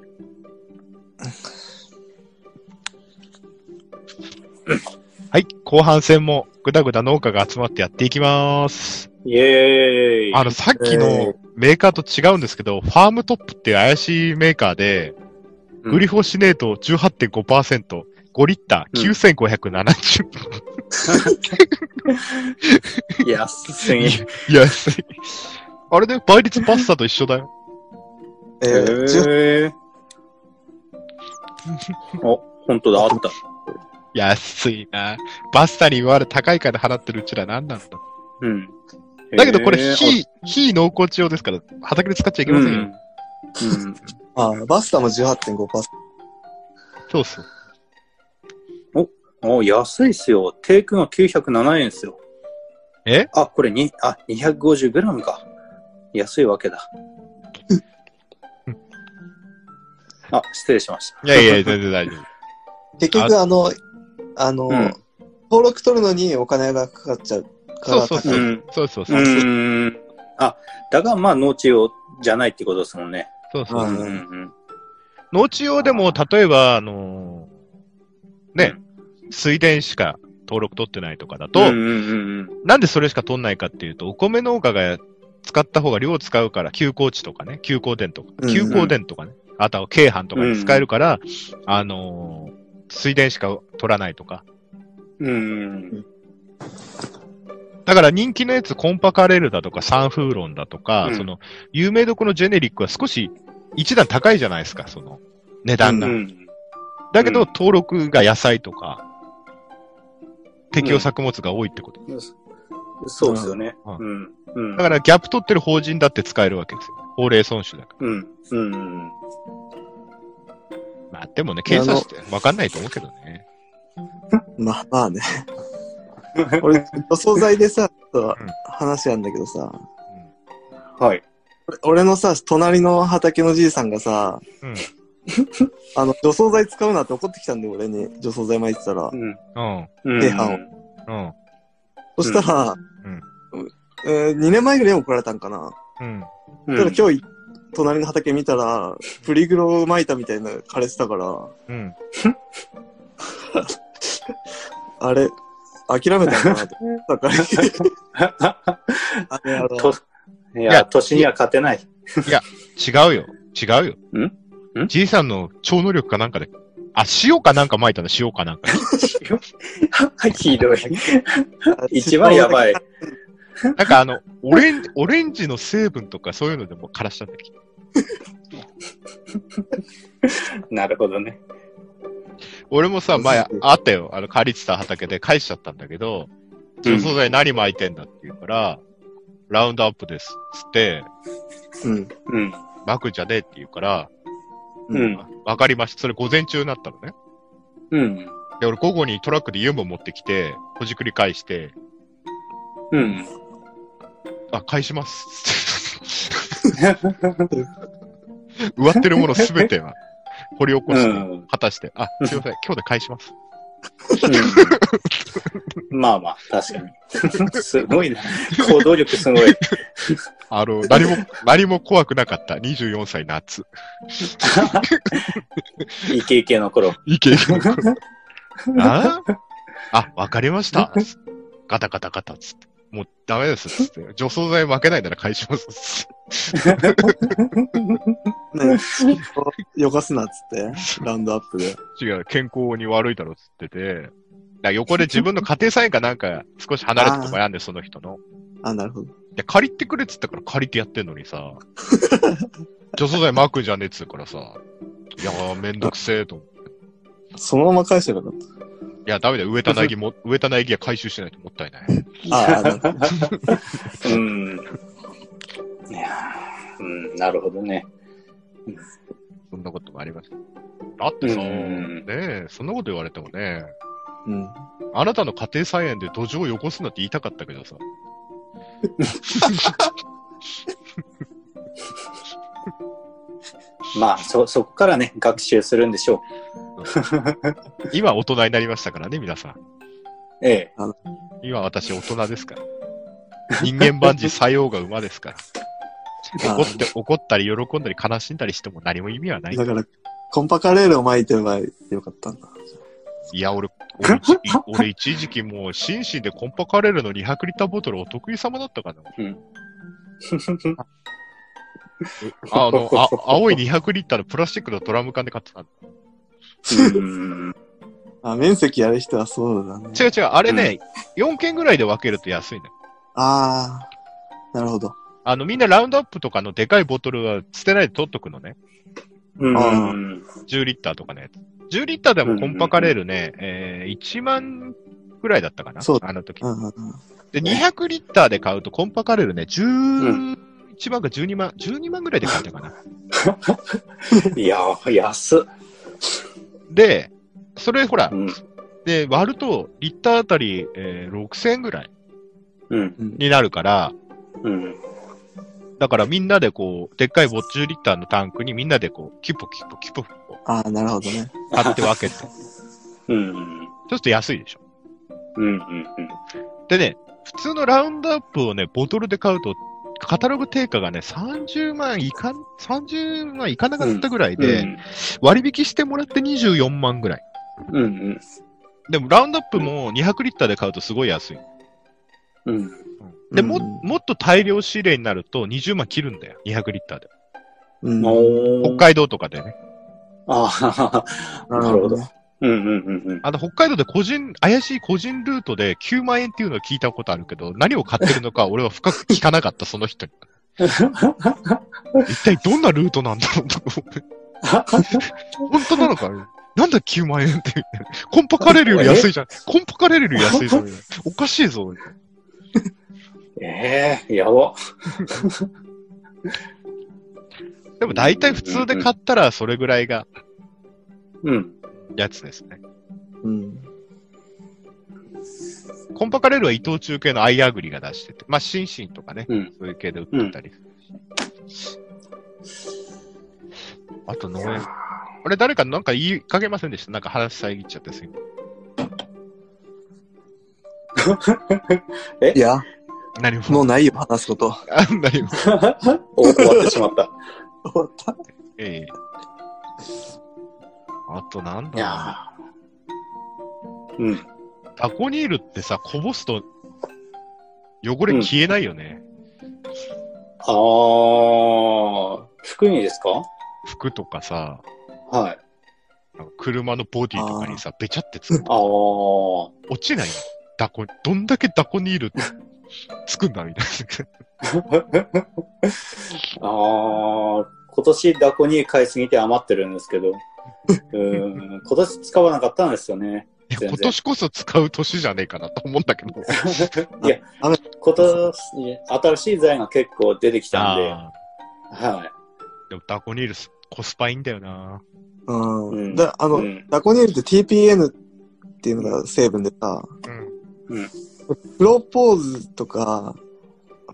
はい、後半戦もぐだぐだ農家が集まってやっていきます。
イエーイ。
あの、さっき
え
の
ー
メーカーと違うんですけど、ファームトップっていう怪しいメーカーで、
うん
グリフォシネート18.5%、5リッター9570、
安すぎ。
(laughs) (laughs) 安い。あれで倍率パスタと一緒だよ。
え
えー、10
ー。お、本当だ、あった。
安いな。バスタに言われ高いから払ってるうちら何なんだ。
うん。
だけどこれ、
えー
非、非濃厚地用ですから、畑で使っちゃいけませんよ。
うんうん
あーバスタも18.5%。
そうそう。
お、安いっすよ。テイクが907円っすよ。
え
あ、これに、あ、250g か。安いわけだ。あ、失礼しまし
(laughs)
た。
いやいや、全然大丈夫。
結局、あの、あの、
うん
登録取るのにお金がかかっちゃうから
そうそうう
高い。
そ
ん。
そうそう
(laughs) う
そう。
ーん。あ、だがまあ農地用じゃないってことですもんね。
そうそう
う
うんん
うんうん。
農地用でも、例えば、あのね、水田しか登録取ってないとかだと、
うんうんうんうん。
なんでそれしか取んないかっていうと、お米農家が使った方が量使うから、休耕地とかね、休耕田とか
う、んうん
休耕田とかね、あとは京阪とかに使えるから、あのー水田しか取らないとか。
うん。
だから人気のやつ、コンパカレールだとか、サンフーロンだとか、
うん
その、有名どころのジェネリックは少し一段高いじゃないですか、その、値段が。
うん
だけど、
うん
登録が野菜とか、適用作物が多いってこと。
そうですよね。
う
うん。うん。
だから、ギャップ取ってる法人だって使えるわけですよ。法令損守だから。
うん。うん。
まあでもね、検査して分かんないと思うけどね。
まあまあね。俺、除草剤でさ、ちょっと
うん
話あんだけどさ、
はい。
俺俺のさ、隣の畑のじいさんがさ、
うん
(laughs) あの、除草剤使うなって怒ってきたんで、俺に除草剤撒いてたら
う。ん。
うん。
うん。
で歯を
うん。
そしたら、え2年前ぐらいに怒られたんかな。
うん。
うん
ただ今日、隣の畑見たら、プリグロを撒いたみたいな枯れてたから、
うん。
あれ、諦めたんかなと。だから、あれあ
と
の、
い
いや
や、年には勝てない。
違うよ。違うよ。
んん
じいさんの超能力かなんかで、あ、塩かなんか撒いたの塩かなんか。
ひどい。一番やばい。
なんかあの、オレンジ、オレンジの成分とかそういうのでも枯らしたんだっけ
(laughs) なるほどね。
俺もさ、前あったよ。あの、借りてた畑で返しちゃったんだけど、
う
除
ん
草剤何撒いてんだって言うから、ラウンドアップです。つって、
うん。
うん。
撒くんじゃねえって言うから、
うん。
わかりました。それ午前中になったのね。
うん。
で、俺午後にトラックでユンボ持ってきて、ほじくり返して、
うん。
あ、返します。 (laughs) 植わってるものすべては掘り起こして、
うん
果たして、あ、すいません、今日で返します。
まあまあ、確かに。 (laughs) すごいな。行動力すごい。
あの、何も、 (laughs) 何も怖くなかった。24歳夏。
イケイケの頃。
いけいけ。
(laughs)
ああ、わかりました。ガタガタガタ、つって。もうダメです、つって。除草剤負けないなら返します、つって。
ね、よかすなっつって、ラウンドアップで。
違う、健康に悪いだろ、つってて。だから横で自分の家庭菜園かなんか少し離れたとこやんで、その人の。
あ、なるほど。
で、借りてくれっつったから借りてやってんのに
(laughs)
さ、除草剤巻くんじゃねえっつうからさ、いやーめんどくせえと思う。
そのまま返せばよかっ
いや、ダメだよ、植えた苗木も、植えた苗木は回収しないともったいない。
た。ああ、なるほど。
うん。いやーうん、なるほどね。
そんなこともありました。だってさ、
うん
ねえ、そんなこと言われてもね、
うん。
あなたの家庭菜園で土壌を汚すなって言いたかったけ
(laughs)
どさ。
まあ、そ、そこからね、学習するんでしょ
今大人になりましたからね、皆さん。
う。ええ。
今私大人ですから。人間万事作用が馬ですから。怒って、怒ったり喜んだり悲しんだりしても何も意味はない
だ。から、コンパカレールを巻いてればよかったんだ。
いや、俺、俺 (laughs) 一俺一時期もう、心身でコンパカレルの200リッターボトルお得意様だったかな。あの、あ青い200リッターのプラスチックのドラム缶で買ってたの。
うん。
あ、面積やる人はそうだね。
違う違う、あれね、4件ぐらいで分けると安いの、よ。
ああ、なるほど。
あの、みんなラウンドアップとかのでかいボトルは捨てないで取っとくのね。
うん。
10リッターとかのやつ。10リッターでもコンパカレールね、えー、1万ぐらいだったかな。
そう
あの時
う。んうんうん。
で、200リッターで買うとコンパカレールね、11万か12万、12万ぐらいで買ったかな。
いやー、安っ。
で、それほら
う、ん。
で、割ると、リッターあたり、えー6000円ぐらい
うん。
になるから、
うん。
だからみんなでこう、でっかいボッチュリッターのタンクにみんなでこう、キュポキュポキュポキュポ
ああ、なるほどね。
買って
(laughs)
分けて、ちょ
うん。
っと安いでしょ。
うん。うん。
でね、普通のラウンドアップをね、ボトルで買うと、カタログ定価がね、30万いかん、30万いかなかったぐらいで、割引してもらって24万ぐらい。
うん。うん。
でもラウンドアップも200リッターで買うとすごい安い。
うん。
で、も、
うん
もっと大量仕入れになると20万切るんだよ。200リッターで。
うん。
お
北海道とかでね。
ああ、なるほど。。うんうんうんうん。
あの、北海道で個人、怪しい個人ルートで9万円っていうのを聞いたことあるけど、何を買ってるのか俺は深く聞かなかった、その人に。一体どんなルートなんだろうと思って。本当なのかなんだ9万円って言って。コンポカレルより安いじゃん。コンポカレルより安いぞ。おかしいぞ。
ええやば。
でも大体普通で買ったらそれぐらいが
うん。
やつですね。
うん。
コンポカレルは伊藤忠系のアイアグリが出してて、まあ、シンシンとかね、
うん
そういう系で売ってたり。あと農園。あれ、誰かなんか言いかけませんでしたなんか話遮っちゃってすいま
いや、
せん。何
もう
も。
ないよ、話すこと。
あ (laughs) 何も。
お終わってしまった。
終わった
ええあとなんだ
い
ろう
や
な
ーうん。
タコニールってさ、こぼすと汚れ消えないよね。
あー、服にですか
服とかさ、
はい。
なんか車のボディとかにさ、べちゃってつく。
あー。 (laughs)
落ちないのダコ、どんだけダコニールつくんだみたいな。
あー、今年ダコに買いすぎて余ってるんです (laughs) けど、うーん、今年使わなかったんですよ (laughs) ね。
いや
全然
今年こそ使う年じゃねえかなと思うんだけど。
いや
あの、
今年、新しい材が結構出てきたんで、
あ
は
ーでもダコニールスコスパいいんだよな。
う。
い。うんん
だあ
う
の、
ん
ダコニールって TPN っていうのが成分でさ、
うん。
プロポーズとか、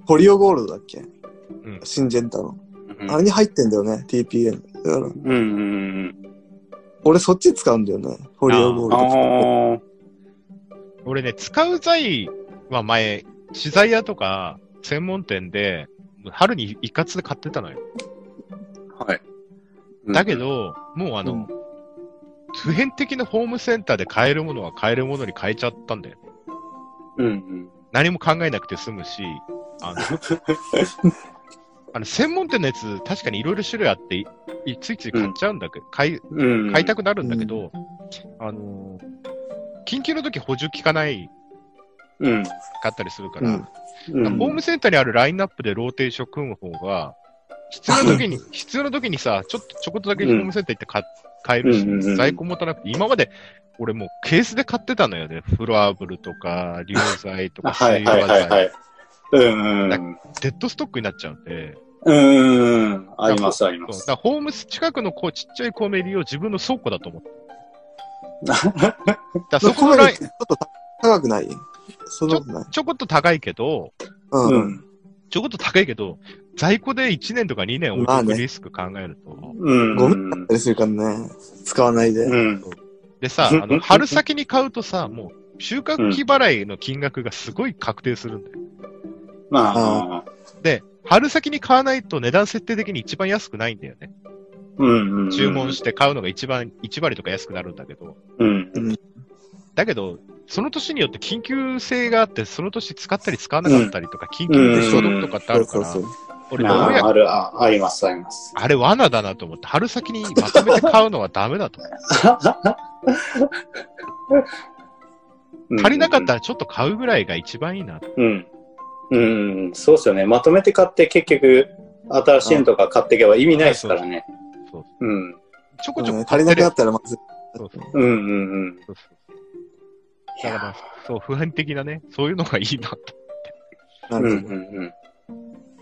ポリオゴールドだっけ
ん
シンジェンタの。
うん
あれに入ってんだよね、TPN。だから、
うんうん
俺そっち使うんだよね、ポリオゴ
うん。
ール
あ
ドとか。
ー、
俺ね、使う材は前、資材屋とか専門店で、春に一括で買ってたのよ。
はい。
だけど、もうあの、
うん
普遍的なホームセンターで買えるものは買えるものに変えちゃったんだよ。
うん、うん
何も考えなくて済むし、
(laughs)
あの、あの専門店のやつ、確かにいろいろ種類あって、いいついつい買っちゃうんだけど、買い
うん。うん。
買いたくなるんだけど、あのー緊急の時補充効かない
うん。
かったりするか
う
ら、
ん。
う
ホー
ん。
ムセンターにあるラインナップでローテーション組む方が、必要な時
(laughs)
に、必要な時にさ、ちょっとちょこっとだけホームセンター行って買,、買えるし、
うんうんうん
在庫持たなくて、今まで俺もうケースで買ってたのよね。フロアブルと
(laughs)
か、流剤とか、
はい
水
はい
和
はい
剤。
はい。うんう
だ
ん。
デッドストックになっちゃうんで、
うんうん。ありますありま
そうだ
す
か。らホームス、近くのこうちっちゃいコメリを自分の倉庫だと思って。だからそこ
こ
のライン、
ちょっと高くないそんなことない。
ちょこっと高いけど、
うん
う
うん。
ん。
ちょこっと高いけど、在庫で1年とか2年置い
まあ
とく
ね
リスク考えると。
うん。
ゴミだったりするからね、使わないで。
うん。
でさ、あの、春先に買うとさ、もう、収穫期払いの金額がすごい確定するんだよ。
まあ、
で、春先に買わないと値段設定的に一番安くないんだよね。
うん。
注文して買うのが一番、1割とか安くなるんだけど。
うん。
だけど、その年によって緊急性があって、その年使ったり使わなかったりとか、緊急で消毒とかってあるか
そう
ら
そう、そう。
俺、
あ
農
あ
薬
ある、あ、あります、あります。
あれ罠だなと思って、春先にまとめて買うのはダメだと。足りなかったらちょっと買うぐらいが一番いいな。
うん。うん、そうですよね。まとめて買って結局、新しいのとか買っていけば意味ないですからね。
そう
うん。
ちょこ
そう
ちょ
ね
こ買
足り
っ
な
て
く
る
なったらまずい。
そうそう
うんうんうん。
そうそうだから、そう、普遍的なね、そういうのがいいなと。
な
うんう
る
んうん。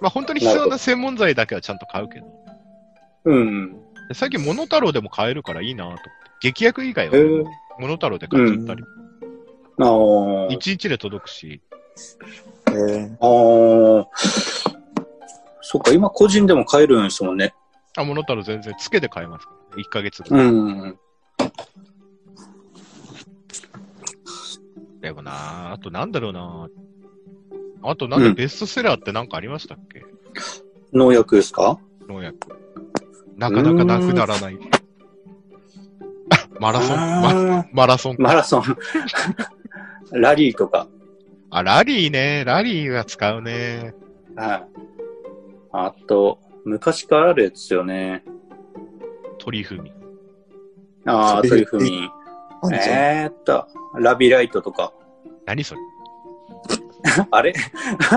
まあ本当に必要な専門材だけはちゃんと買うけど。
うん
で最近、モノタロウでも買えるからいいなと思って。劇薬以外
うん。へ
は
え。
モノタロウで買っちゃったり。
あー
一日で届くし。
ほど。え
あー。そっか、今個人でも買えるんですもんね。
あ、モノタロウ全然つけて買えますから、ね。1ヶ月ぐ
う
らい。
ん。
でもなああとなんだろうなあとなんで
うん
ベストセラーってなんかありましたっけ、
農薬ですか
農薬。なかなかなくならない。マラソン、マ
あー
マラソン。
マラソン。 (laughs) ラリーとか。
あ、ラリーね。ラリーは使うね。
はい。あと、昔からあるやつですよね。
鳥踏み。
ああ、
そ
ト
れ
リフミン。
あんじゃん
えーっと、ラビライトとか。
何それ
あれ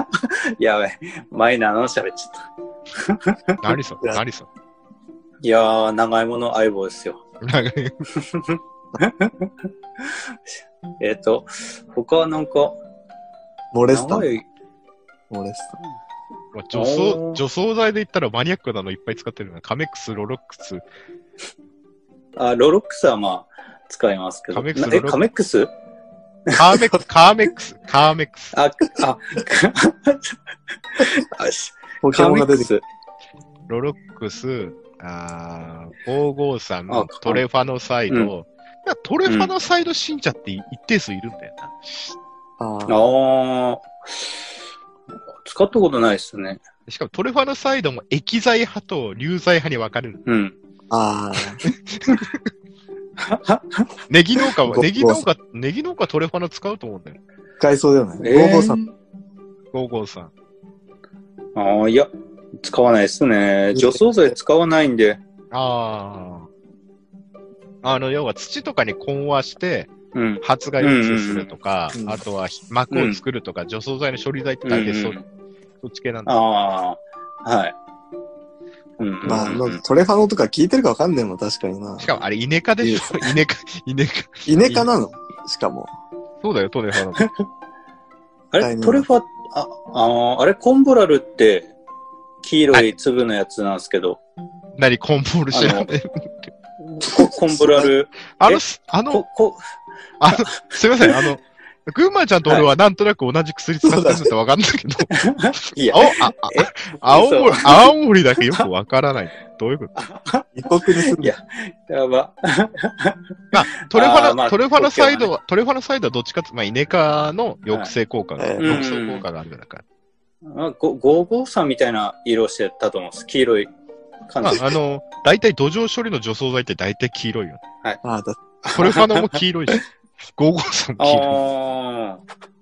(laughs) やべ、前なの喋っちゃった。
何それ
いや
何そ
いやー、長いもの相棒ですよ。
れなんかね
えっ、と、他はなんか、
モレスタ
長
ン。
い、
モレスタン。
除
おー
草、除草剤で言ったらマニアックなのいっぱい使ってるな。カメックス、ロロックス。
あ、ロロックスはまあ、使いますけど。
カメックス
な
ロロ
え、
ックス
カメックス
カーメックス、カーメックス、カーメックス。
あ、あ、あし
ポケ
カ
モ
メ
ンが
ッ
出
ク
てくる。
ス。
ロロックス、あー、553
あ
のトレファノサイド。
うん
いやトレファノサイド信者って一定数いるんだよな。
あ
あー。
ー
使ったことないですね。
しかもトレファノサイドも液剤派と流剤派に分かれる。
うん。
あー。
ネギ農家は、
ご
ネギ農家、ネギ農家トレファノ使うと思うんだよ。
使いそうだよね。
えー
ゴーゴーさ
553。
ん。
あーいや、使わないですね。除草剤使わないんで。
ああ。あの、要は土とかに混和して、
うん。
発芽抑制するとか、
うんうんうん
あとは膜を作るとか、除草剤の処理剤って大体そ,、う
うん
そっち系なんだ。
ああ、はい。うん。
まあ、
うん
まあトレファノとか聞いてるかわかんねえもん、確かにな
し。かもあれ、イネ科でしょイネ科、イネ科。
イネ科なのしかも。
そうだよ、トレファノ。
あ
タイ
れ、
ム
トレファ、あ、あのあれ、コンボラルって、黄色い粒のやつなんですけど、
何、コンボール知らねえ。
ココンボラル、
(laughs) あの
え、
あ
こ
の、、
こ、
あの、すいません、あの、群馬ちゃんと俺はなんとなく同じ薬使ってるのってわかんないけど、
(laughs) いや、
青、あ、あ
え
青
嘘
森、青森だけよくわからない。どういうこと
異国に住ん
い
で
ややば。
まあ、トレファ
あ
ナ、
ーまあ
トレファナサイド
東京
は、トレファナサイドはどっちかって、まあ、イネ科の抑制効果が、
はいええ
抑制効果があるからか
あご553みたいな色してたと思うんです。黄色い感
まあ
じ。、
あの、大体土壌処理の除草剤って大体黄色いよ。
ああ、だ
トレファナも黄色
(laughs)
いし、ゴーゴーさんも
あ
黄色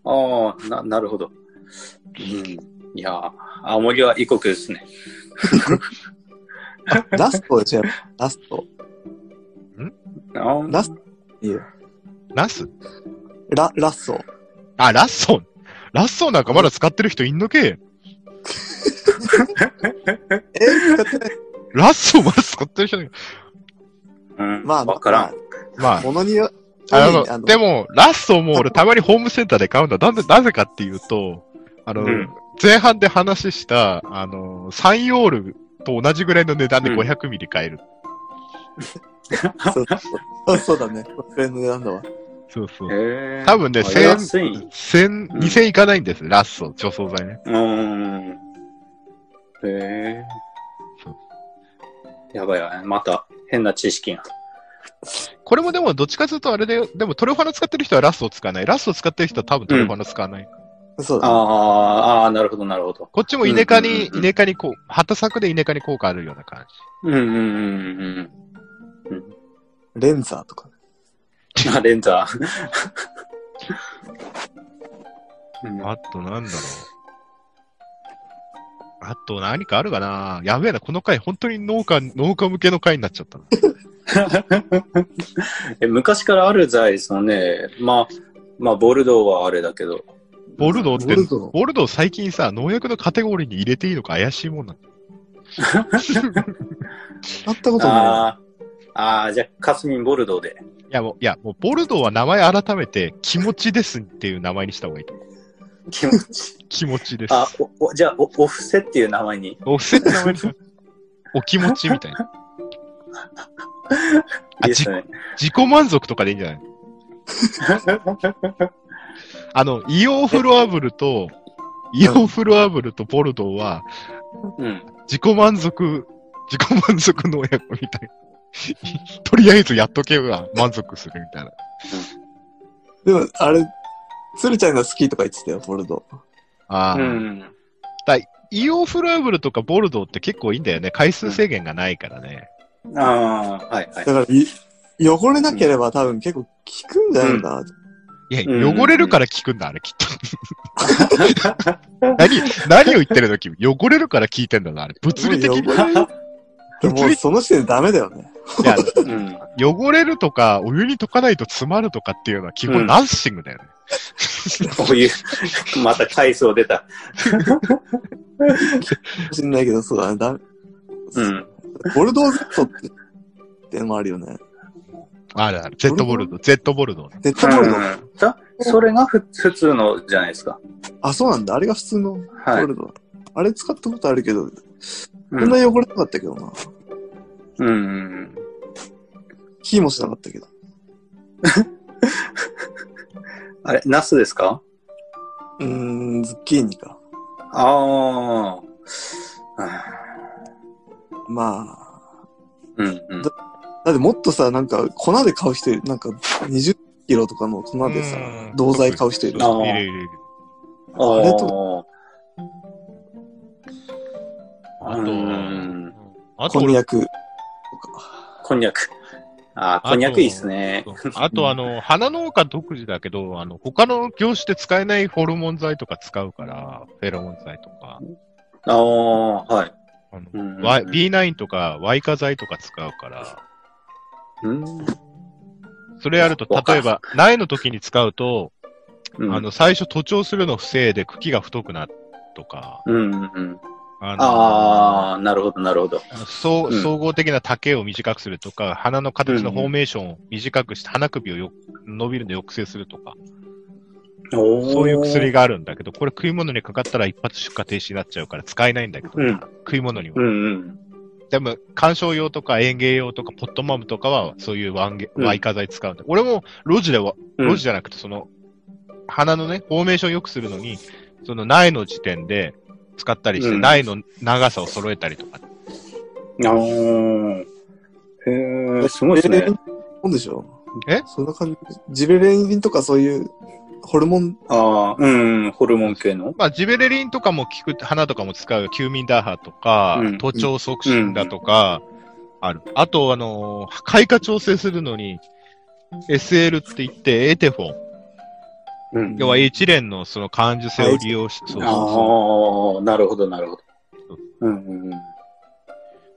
あ、ああ、な、なるほど。うん。いやー、青森は異国ですね。
ラストでしょ、やっぱラスト。
あー
ラストいいよ。
い。ナス
ラ、ラッソ。
あ、ラッソン。ラッソンなんかまだ使ってる人いんのけ
えー、使ってない。
ラッソンまだ使ってる人いんのけ
うん。
まあ、
わからん。
(laughs) まあ、
ものによ、
あ
本
の、
人
で、も、ラッソンも俺たまにホームセンターで買うんだ。なんで、なぜかっていうと、あの、
うん
前半で話した、あの、サンヨールと同じぐらいの値段で
うん
500ミリ買える。
そうそうそうだね。それの値段だわ。
そうそう。
へえ。
多分ね、
あ安
1000
い、
1000、
うん
2000いかないんです、ラッソン、除草剤ね。
うーん。へえ
そう。
やばいやばい。また変な知識が。
これもでも、どっちかというとあれだよ。でも、トレファナ使ってる人はラストを使わない。ラストを使ってる人は多分トレファナ使わない。
そう
あ
だね。
あ、ああ、なるほど、なるほど。
こっちもイネ科
うんうん
に、
うんうん
イネ科にこう、旗作でイネ科に効果あるような感
うんうんうんうん
レンザーとかね。
うん。 (laughs) あ、レンザー。うん
じ。あと、なんだろう。あと、何かあるかなやべえな、この回、本当に農家、農家向けの回になっちゃったな。
え昔からある材ですもんね。まあ、まあ、ボルドーはあれだけど。
ボルドーって
ボルドー、
ボルドー最近さ、農薬のカテゴリーに入れていいのか怪しいもんなんだ。
使ったことな
ああ、ああ、じゃあ、カスミンボルドーで。
いや、もう、いや、もう、ボルドーは名前改めて、気持ちですっていう名前にした方がいいと思う。
気持ち。
気持ちです。
あ、おおじゃあお、オフセっていう名前に。
お布施って名前にしたお気持ちみたいな。あ
いいですね。
自己満足とかでいいんじゃないあの、イオンフロアブルと、イオンフロアブルとボルドーは、
うん。
自己満足、自己満足の親子みたいな。とりあえずやっとけば満足するみたいな。
い。でも、あれ、鶴ちゃんが好きとか言ってたよ、ボルド。
ああ、
うん。
イオンフロアブルとかボルドーって結構いいんだよね。回数制限がないからね。
ああ、はい、はい
だ。から、い汚れなければ多分結構効くんじゃないかな。
いや、
うん
汚れるから聞くんだ、あれ、きっと。 (laughs) 何、何を言ってるの君。汚れるから聞いてんだな、あれ。物理的に。
もう汚れもうその時点でダメだよね。
いや、
うん。
汚れるとか、お湯に溶かないと詰まるとかっていうのは基
う
本
ん
ランシングだよね。
こう (laughs) いう、また回数を出た。
かもしんないけど、そうだね。ダメ。
うん。
ボルドーゼットって、ってのもあるよね。
あるある。Z ボルド、Z ボルド。
ゼットボルド。
うんだそれがふ普通のじゃないですか。
あ、そうなんだ。あれが普通のボ
はい。
ルドー。あれ使ったことあるけど、
う
こん
ん
な汚れなかったけどな。
うん。
キーもしなかったけど。
あれ、ナスですか
うーん、ズッキーニか。
ああ。
ま
うんうん。
あ。だってもっとさ、なんか、粉で買う人いる。なんか、20キロとかの粉でさ
うん、
銅剤買う人いる。
あー
いるいるいる。
あ
れ
と、
あ
う
と、
ん
あと
こん
俺
にゃく。
こんにゃく。ああ、こんにゃくいいっすね。
あと、あの、花農家独自だけど、あの、他の業種で使えないホルモン剤とか使うから、フェロモン剤とか、
ああ、はい。
あの
うん
Y- B9 とか、ワイカ剤とか使うから、
うん。
それやると、
わか
例えば、苗の時に使うと、
うん
あの、最初徒長するのを防いで茎が太くなるとか、
うんうんうん。
あの
ああ、なるほど、なるほど。
あの総
うん
総合的な丈を短くするとか、花の形のフォーメーションを短くして、花首をよ伸びるのを抑制するとか、そ
そう
いう薬
が。
があるんだけど、これ食い物にかかったら一発出荷停止になっちゃうから使えないんだけど、
うん
食い物には。
うんうん。
でも、観賞用とか園芸用とか、ポットマムとかは、そういうワンゲ、
うん
ワイカ剤使うんだ。俺も、路地では、
うん
路地じゃなくて、その、花のね、フォーメーションを良くするのに、その苗の時点で使ったりして、
うん
苗の長さを揃えたりとか。
ああ。へえ、すごいです
ジベレ
ね
リン。もんでしょ
え
そんな感じ。ジベレリンとかそういう、ホルモン、
ああ、うん、ホルモン系の。
まあ、ジベレリンとかも効く、花とかも使う、休眠打破とか
う、ん
徒長促進だとか、ある。あと、あのー開花調整するのに、SL って言って、エーテフォン。
うん。
要は、一連のその感受性を利用して、そうそうそう。
ああ、なるほど、なるほど
そう。
うんうんうん。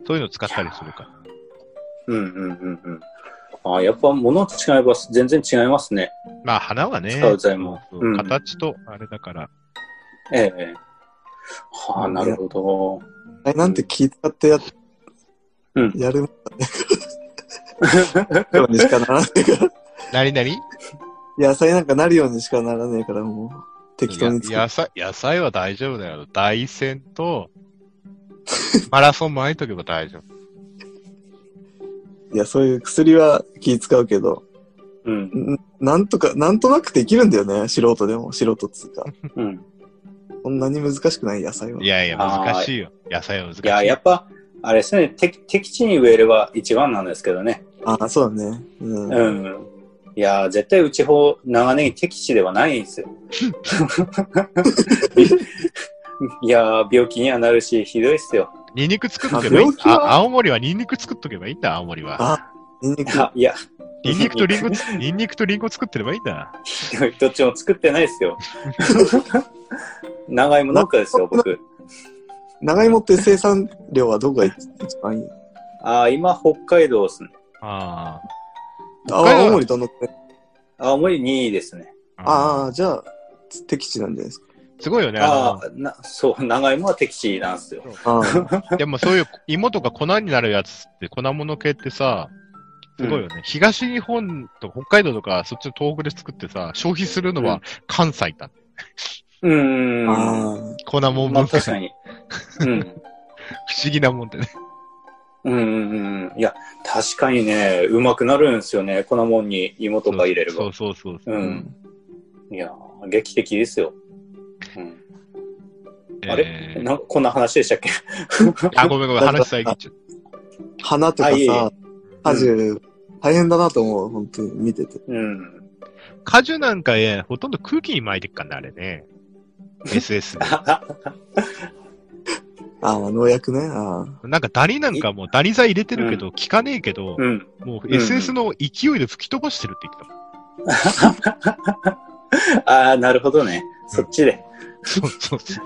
そういうのを使ったりするから。
うんうんうんうん。ああ、やっぱ物違います。全然違いますね。
まあ、花はね、
使う材も
そうそう
うん
形とあれだから、
ええ。はあ、なるほど。
えなんて気使ってや、
うん
やるもんだね。 (laughs) ようにしかならないから。
何々
野菜なんかなるようにしかならないから、もう、適当に
いや
作
野菜、野菜は大丈夫だよ。大戦
(laughs)
と、マラソン巻いとけば大丈夫。
る。いや、そういう薬は気使うけど、
うん。
んなんとか、なんとなくできるんだよね。素人でも、素人っつうか。
うん。
こんなに難しくない野菜は。
いやいや、
あー
難しいよ。野菜は難しい。
いや、やっぱ、あれですね、適適地に植えれば一番なんですけどね。
ああ、そうだね。うん。
う。
うん
いやー、絶対うちほ長ネギ適地ではないんです (laughs) よ。いやー、病気にはなるし、ひどいっすよ。
ニンニク作っとけばいい
あ病。気は
あ、青森はニンニク作っとけばいいんだ、青森は。
あ、ニンニク。
あいや、
ニンニクとリンゴつ、ニンニクとリンゴ作ってればいいんだ。
どっちも作ってないっすよ。長芋農家
(laughs)
ですよ、僕。
長芋って生産量はどこが一番いい
あー今、北海道っすね。
あ
あ、
北海道
青森どのくらい
青森2位ですね。
あ。
ああ、
あ。
じゃあ、適地なんじゃないです
すごいよね。
あ
あ
あ、な、そう、長芋は適地なんですよ。
か。あー
の、でもそういう芋とか粉になるやつって、粉物系ってさ、すごいよね。東日本と北海道とか、そっちの東北で作ってさ、消費するの
う
は
ん
関西だ。
(laughs) うーん。
あー。
粉もん
まあ
文化
確
不
かに。うん。
思議なもんでね。
うんうんうん。いや、確かにね、うまくなるんですよね。粉もんに芋とか入れれば。
そううそうそうそう。
ん。いや、劇的ですよ。うん、あ
え
れ
ー
なんかこんな話でしたっけ (laughs)
あ、ごめんごめん、話遮っちゃっ
花とか
あいえいえ
さ、果樹、大変だなと思う、本当に見てて。
うん。
た。果樹なんかえ、ほとんど空気に巻いてっかんね、あれね。SS で。
あ
ああ、農薬ね。ああ。
なんかダニなんかもうダニ剤入れてるけど、効かねえけど、
うん。
もううん SS の勢いで吹き飛ばしてるって言ってたもん。
ああ、なるほどね。そっちで。
そうそうそう。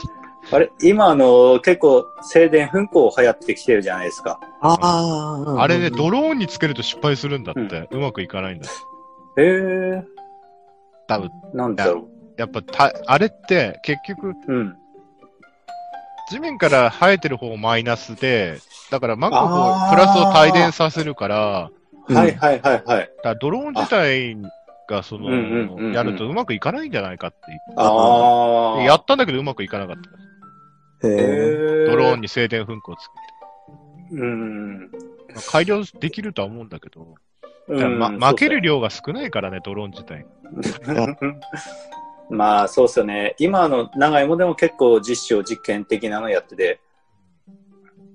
あれ、今、あの、結構、静電噴光流行ってきてるじゃないですか。
あああ
あれね、ド
ロ
ローンにつけると失敗するんだって、うまくいかないんだって。
へえ、
多分、
なんだろ
やっぱた、あれって結局、
う。うん。
地面から生えてる方をマイナスで、だからまく
あ
方
ー
プラスを帯電させるから、
うん
はいはいはいは
だ
い。
からドローン自体がそ
うんうんうんう
の、
ん
やるとうまくいかないんじゃないかって。
ああ。
でやったんだけどうまくいかなかった。
へ
へ
え。
え。
ドローンに静電噴火をつ
うん。
けて。まあ改良できるとは思うんだけど、
う
だ
ん。
からま負ける量が少ないからね、ドローン自体。
まあそうっすよね。今の長芋でも結構実証実験的なのやってて、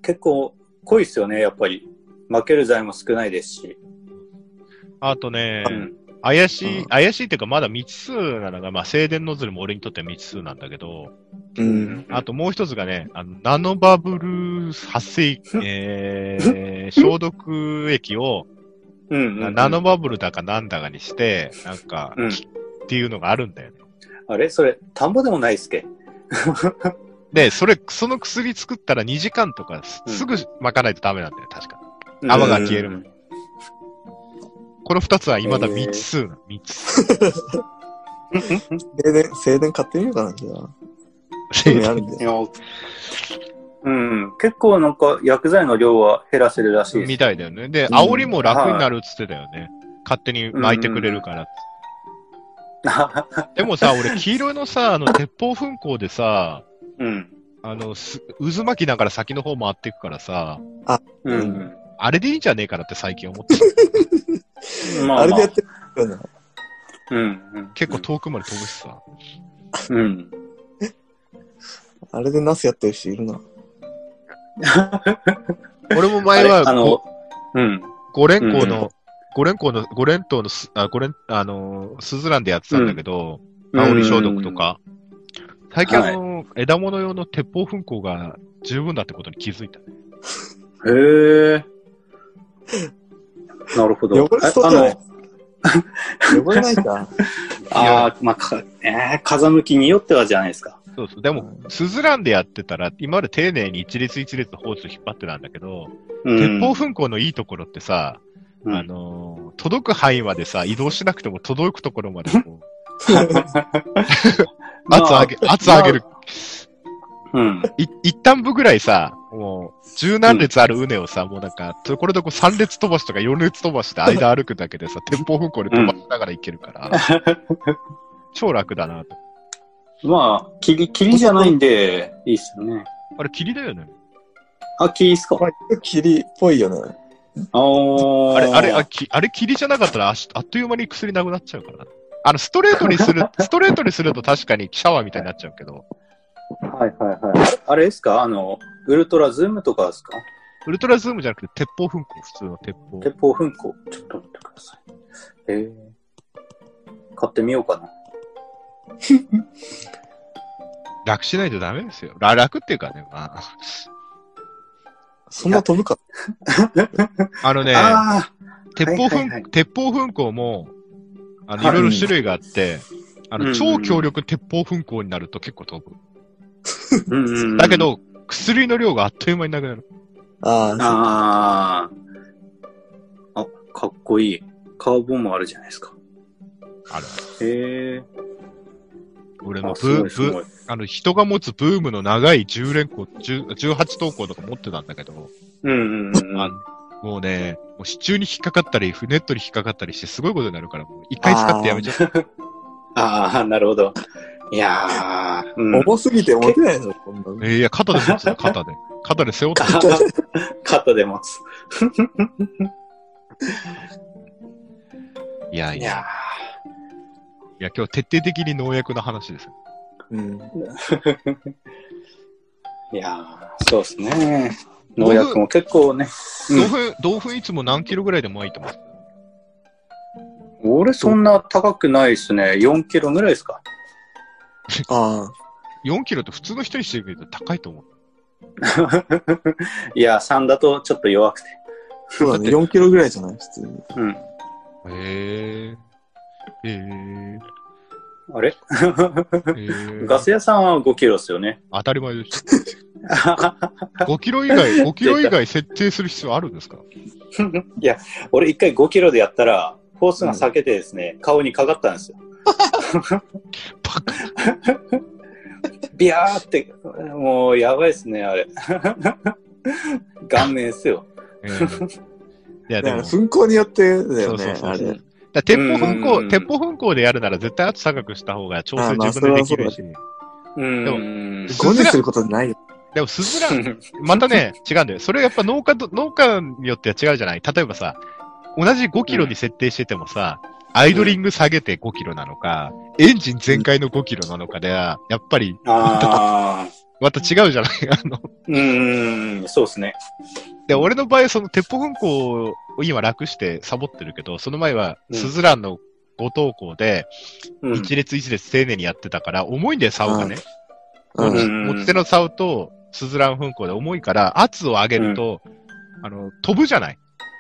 結構濃いっすよね、やっぱり。負ける剤も少ないですし。
あとね
う、ん。
怪し
う
い、
ん
怪しいっていうかまだ未知数なのが、まあ静電ノズルも俺にとっては未知数なんだけど、
うん。
あともう一つがね、あのナノバブル発生、
(laughs)
えー、消毒液を、
うんうんうん、
ナノバブルだかなんだかにして、なんか、
うん
っていうのがあるんだよね。
あれそれ、田んぼでもないっすけ。
で、それ、その薬作ったら2時間とかす
うん
すぐ巻かないとダメなんだよ、確か。泡が消える
うん。
この2つは未だ未知数な、未知
(laughs)
数。
静電、静電買ってみようかな、じゃあ。興味あるん
み
で
い。やうん、結構なんか薬剤の量は減らせるらしい (laughs) です。
たいだよね。で、
うん
煽りも楽になるっつってたよね。勝手に巻いてくれるからっつってでもさ、俺、黄色いのさ、あの、鉄砲噴光でさ、
うん。
あの、す渦巻きながら先の方回っていくからさ、
う。
うん
あれでいいんじゃねえかなって最近思
(laughs)
ってる。
まあ、ま
あれでやってるよな。
うん、うん。
結構遠くまで飛ぶしさ。
うん。
あれでナスやってる人
(laughs)
いるな。
俺も前は
あれあの
ご、、
うん。
五連光
うん
の、五連光の、五連灯のす、あ、五連、あのー、スズランでやってたんだけど、
うん
煽り消毒とか。最近
は
あ
い
の、枝物用の鉄砲噴光が十分だってことに気づいたね。
へえ。なるほど。
汚れそうじゃない汚
(laughs)
れないか。
ああのあー、まあ、かえー、風向きによってはじゃないですか。
そうそう。でも、スズランでやってたら、今まで丁寧に一列一列ホース引っ張ってたんだけど、
うん
鉄砲噴光のいいところってさ、
うん
あのー届く範囲までさ、移動しなくても届くところまでこう
ま
(laughs) 圧上げ、圧上げる。
うん。
い一旦部ぐらいさ、もう、十何列ある畝をさ、もうなんか、とこれどこ三列飛ばしとか四列飛ばしで間歩くだけ
(laughs)
でさ、鉄砲噴光で飛ばしながら行けるから、超楽だなと。
まあ、霧、霧じゃないんで、いいっすよね。
あれ、霧だよね。
あ、霧っすか。
まあ、霧っぽいよね。
あー
あれ、あれ、あきあれ霧じゃなかったらあし、あっという間に薬なくなっちゃうから。あの、ストレートにす
(laughs)
る、ストレートにすると確かにシャワーみたいになっちゃうけど、
はいはいはい。あれですかあの、ウルトラズームとかですか
ウルトラズームじゃなくて鉄砲噴光、普通の鉄砲。
鉄砲噴光。ちょっと待ってください。えー、買ってみようかな。
楽しないとダメですよ。ら楽っていうかね、まあ。
そんな飛ぶか。
あのね、
あ
鉄砲
はいはいは
噴
い、
鉄砲噴光も、あの、
はい
いろいろ種類があって、あ
うんう
の、
ん
超強力鉄砲噴光になると結構飛ぶ。
あ、うんうんうん
だけ、ど、薬の量があっという間になくなる。
ああ、
ああ、あ、かっこいい。カーボンもあるじゃないですか。
ある。
へえ。
俺
あ
も
す
ブ
ごい
ー、
す
ブ
ご
ー、
い。
あの、人が持つブームの長い10連光、10 18投稿とか持ってたんだけど、
うんうんうんう
あ
ん。
もうね、もう支柱に引っかかったり、ネットに引っかかったりしてすごいことになるから、もう一回使ってやめちゃう。
ああ、なるほど。いやー、うん、
重すぎて持てないの、こんなの。
えーいや、肩で持
(laughs)
つよ、肩で。肩で背負って持つ。
肩出ます。
いやい
い
や。
や
いや、今日徹底的に農薬の話です。
うん。
ー、いやー、そうですね。農薬も結構ね。うん
豆腐、豆腐いつも何キロぐらいで巻いてます
俺そんな高くないですね。4キロぐら
(laughs)
いですか。
ああ、
?4 キロって普通の人にしてみると高いと思う。
いや、3だとちょっと弱くて。
そうだ
だっ
ね。
て
4キロぐらいじゃない普通に。
うん。
へえ。へえ。
あれ (laughs)
へえ
ガス屋さんは5キロっすよ
(laughs)
ね。
当たり前です。5キロ以外、5キロ以外設定する必要あるんですか
いや、俺一回5キロでやったら、フォースが避けてですね、顔にかかったんですよ。
バカ。
ビヤーって、もうやばいですね、あれ。 (laughs) 顔面っすよ。
えーい (laughs) や、
だ
で
か
も
ら、、噴光によってだよ
そうそう
ね、
そう
あれ。
だから鉄砲噴
うんうんう
光、
ん
鉄砲噴光でやるなら絶対圧高くした方が調整自分でできるし。
うん。
でも
うん
す
50することないよ。
でも、スズラン、またね、違うんだよ。それやっぱ農家と、農家によっては違うじゃない例えばさ、同じ5キロに設定しててもさ、アイドリング下げて5キロなのか、エンジン全開の5キロなのかでは、やっぱり、
ああ。
また違うじゃない (laughs) あの、
うん、そうですね。
で、俺の場合、その鉄砲噴光を今楽してサボってるけど、その前は、
うん
スズランのご投稿で、
うん。
一列一列丁寧にやってたから、重いんだよ、竿がね。
う。
うんん
持ち手の竿と、スズラン噴光で重いから、圧を上げると、あの、飛ぶじゃない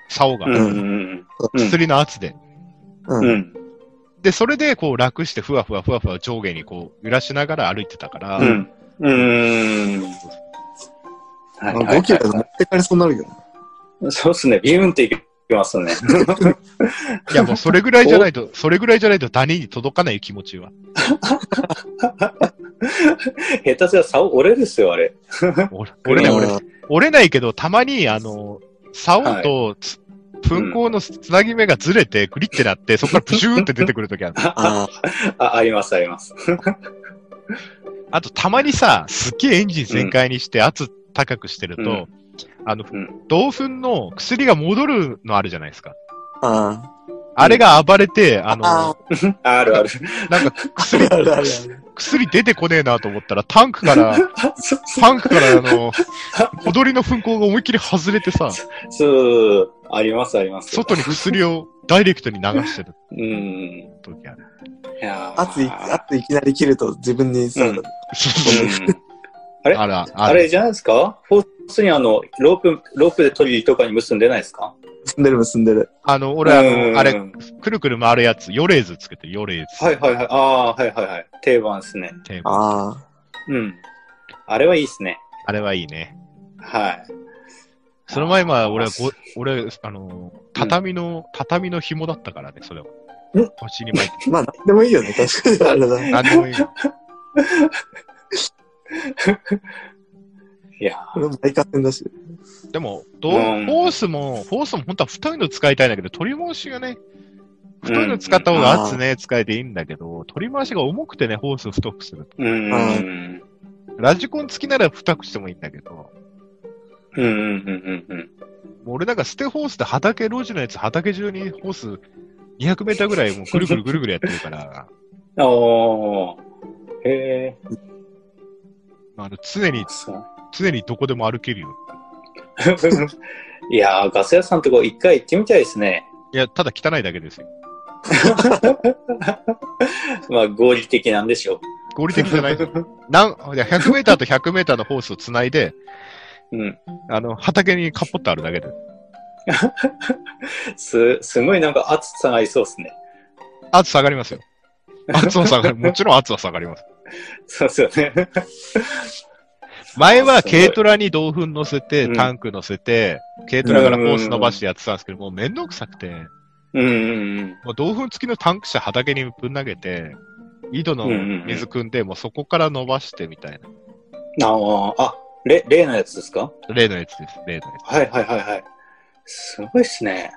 竿が。
うんうんうん
釣りの圧で。
うん。う
うん。
ん。
で、それで、こう、楽して、ふわふわふわふわ上下にこう、揺らしながら歩いてたから、
うん。うん。はいはいはい
5キロで持ってかれそうになるよ。
そうっすね。ビューンっていきますね。 (laughs)
いや、もうそれぐらいじゃないと、それぐらいじゃないと、ダニに届かない気持ちは。
下手すりゃ竿折れるっすよ、あれ。
俺俺ね、俺
うん、
折れないけど、たまに、あの、竿とつ、噴光のつなぎ目がずれて、グリってなって、そこからプシューって出てくるときある。
あ
あ、あります、あります。
あと、たまにさ、すっげえエンジン全開にして、圧高くしてる
う
と
ん、
あの
うん、
同粉の薬が戻るのあるじゃないですか。
あ、あ
あれが暴れて、あ
あ
の、(laughs)
あるある。
なんか薬、
(laughs) あるある
薬出てこねえなと思ったら、タンク
(laughs)
から、
そう
タンクからあの、小鳥の噴光が思いっきり外れてさ、
そう、あります、あります。
外に薬をダイレクトに流してる
うん。い
時ある。
やー
圧い、圧いきなり切ると自分にさ、
うんうんえ
あら、
あれじゃないですかフォースにあの、ロープ、ロープで鳥とかに結んでないですか
進んでる結んでる。
あの、俺あ
うん
の、あれ、くるくる回るやつ、ヨレーズつけてる、ヨレーズ。
はいはいはい。ああー、はいはいはい。定番ですね。
テーマ
ああ。
うん。あれはいいっすね。
あれはいいね。
はい。
その前
あ
は、
ー
俺はご、俺、あの、畳の、畳の紐だったからね、それは。腰に巻いて。
まあ、なんでもいいよね、確かに。あれだ。
何でもいい。
いや
これも大合戦だし。
でも、どうフ
うん
ォースも、フォースも本当は太いの使いたいんだけど、取り回しがね、
うん
太いの使った方が圧ね、使えていいんだけど、取り回しが重くてね、フォース太くすると。
ー。うん。う
あ
ん
ラジコン付きなら太くしてもいいんだけど、
うんうんうんうん。
もう俺なんか捨てホースで畑路地のやつ、畑中にホース200メーターぐらいもうぐるぐるぐるぐるやってるから、
おー。へえ。
あの常に、
そう。 (laughs)
常にどこでも歩けるよ。
いやー、ガス屋さんとこ一回行ってみたいですね。
いや、ただ汚いだけですよ。
まあ、合理的なんでしょ
合理的じゃ (laughs) ない。なんいや100メーターと100メーターのホースをつないで、
う。うん。
あの、畑にかっぽってあるだけで。
す、すごいなんか熱さがいそうですね。 (laughs)
圧下がります (laughs) よ。圧は下がる。もちろん圧は下がります。
そうですよね。
前は
あすごい
軽トラに銅粉乗せて、
うん
タンク乗せて、軽トラからホース伸ばしてやってたんですけど、もうめんどくさくて、
うんうん
もう銅粉付きのタンク車畑にぶん投げて、井戸の水汲んで、もうそこから伸ばしてみたいな。
うん。あーあ、れ、例のやつですか
例のやつです、例のやつ。
はいはいはいはい。すごいっすね。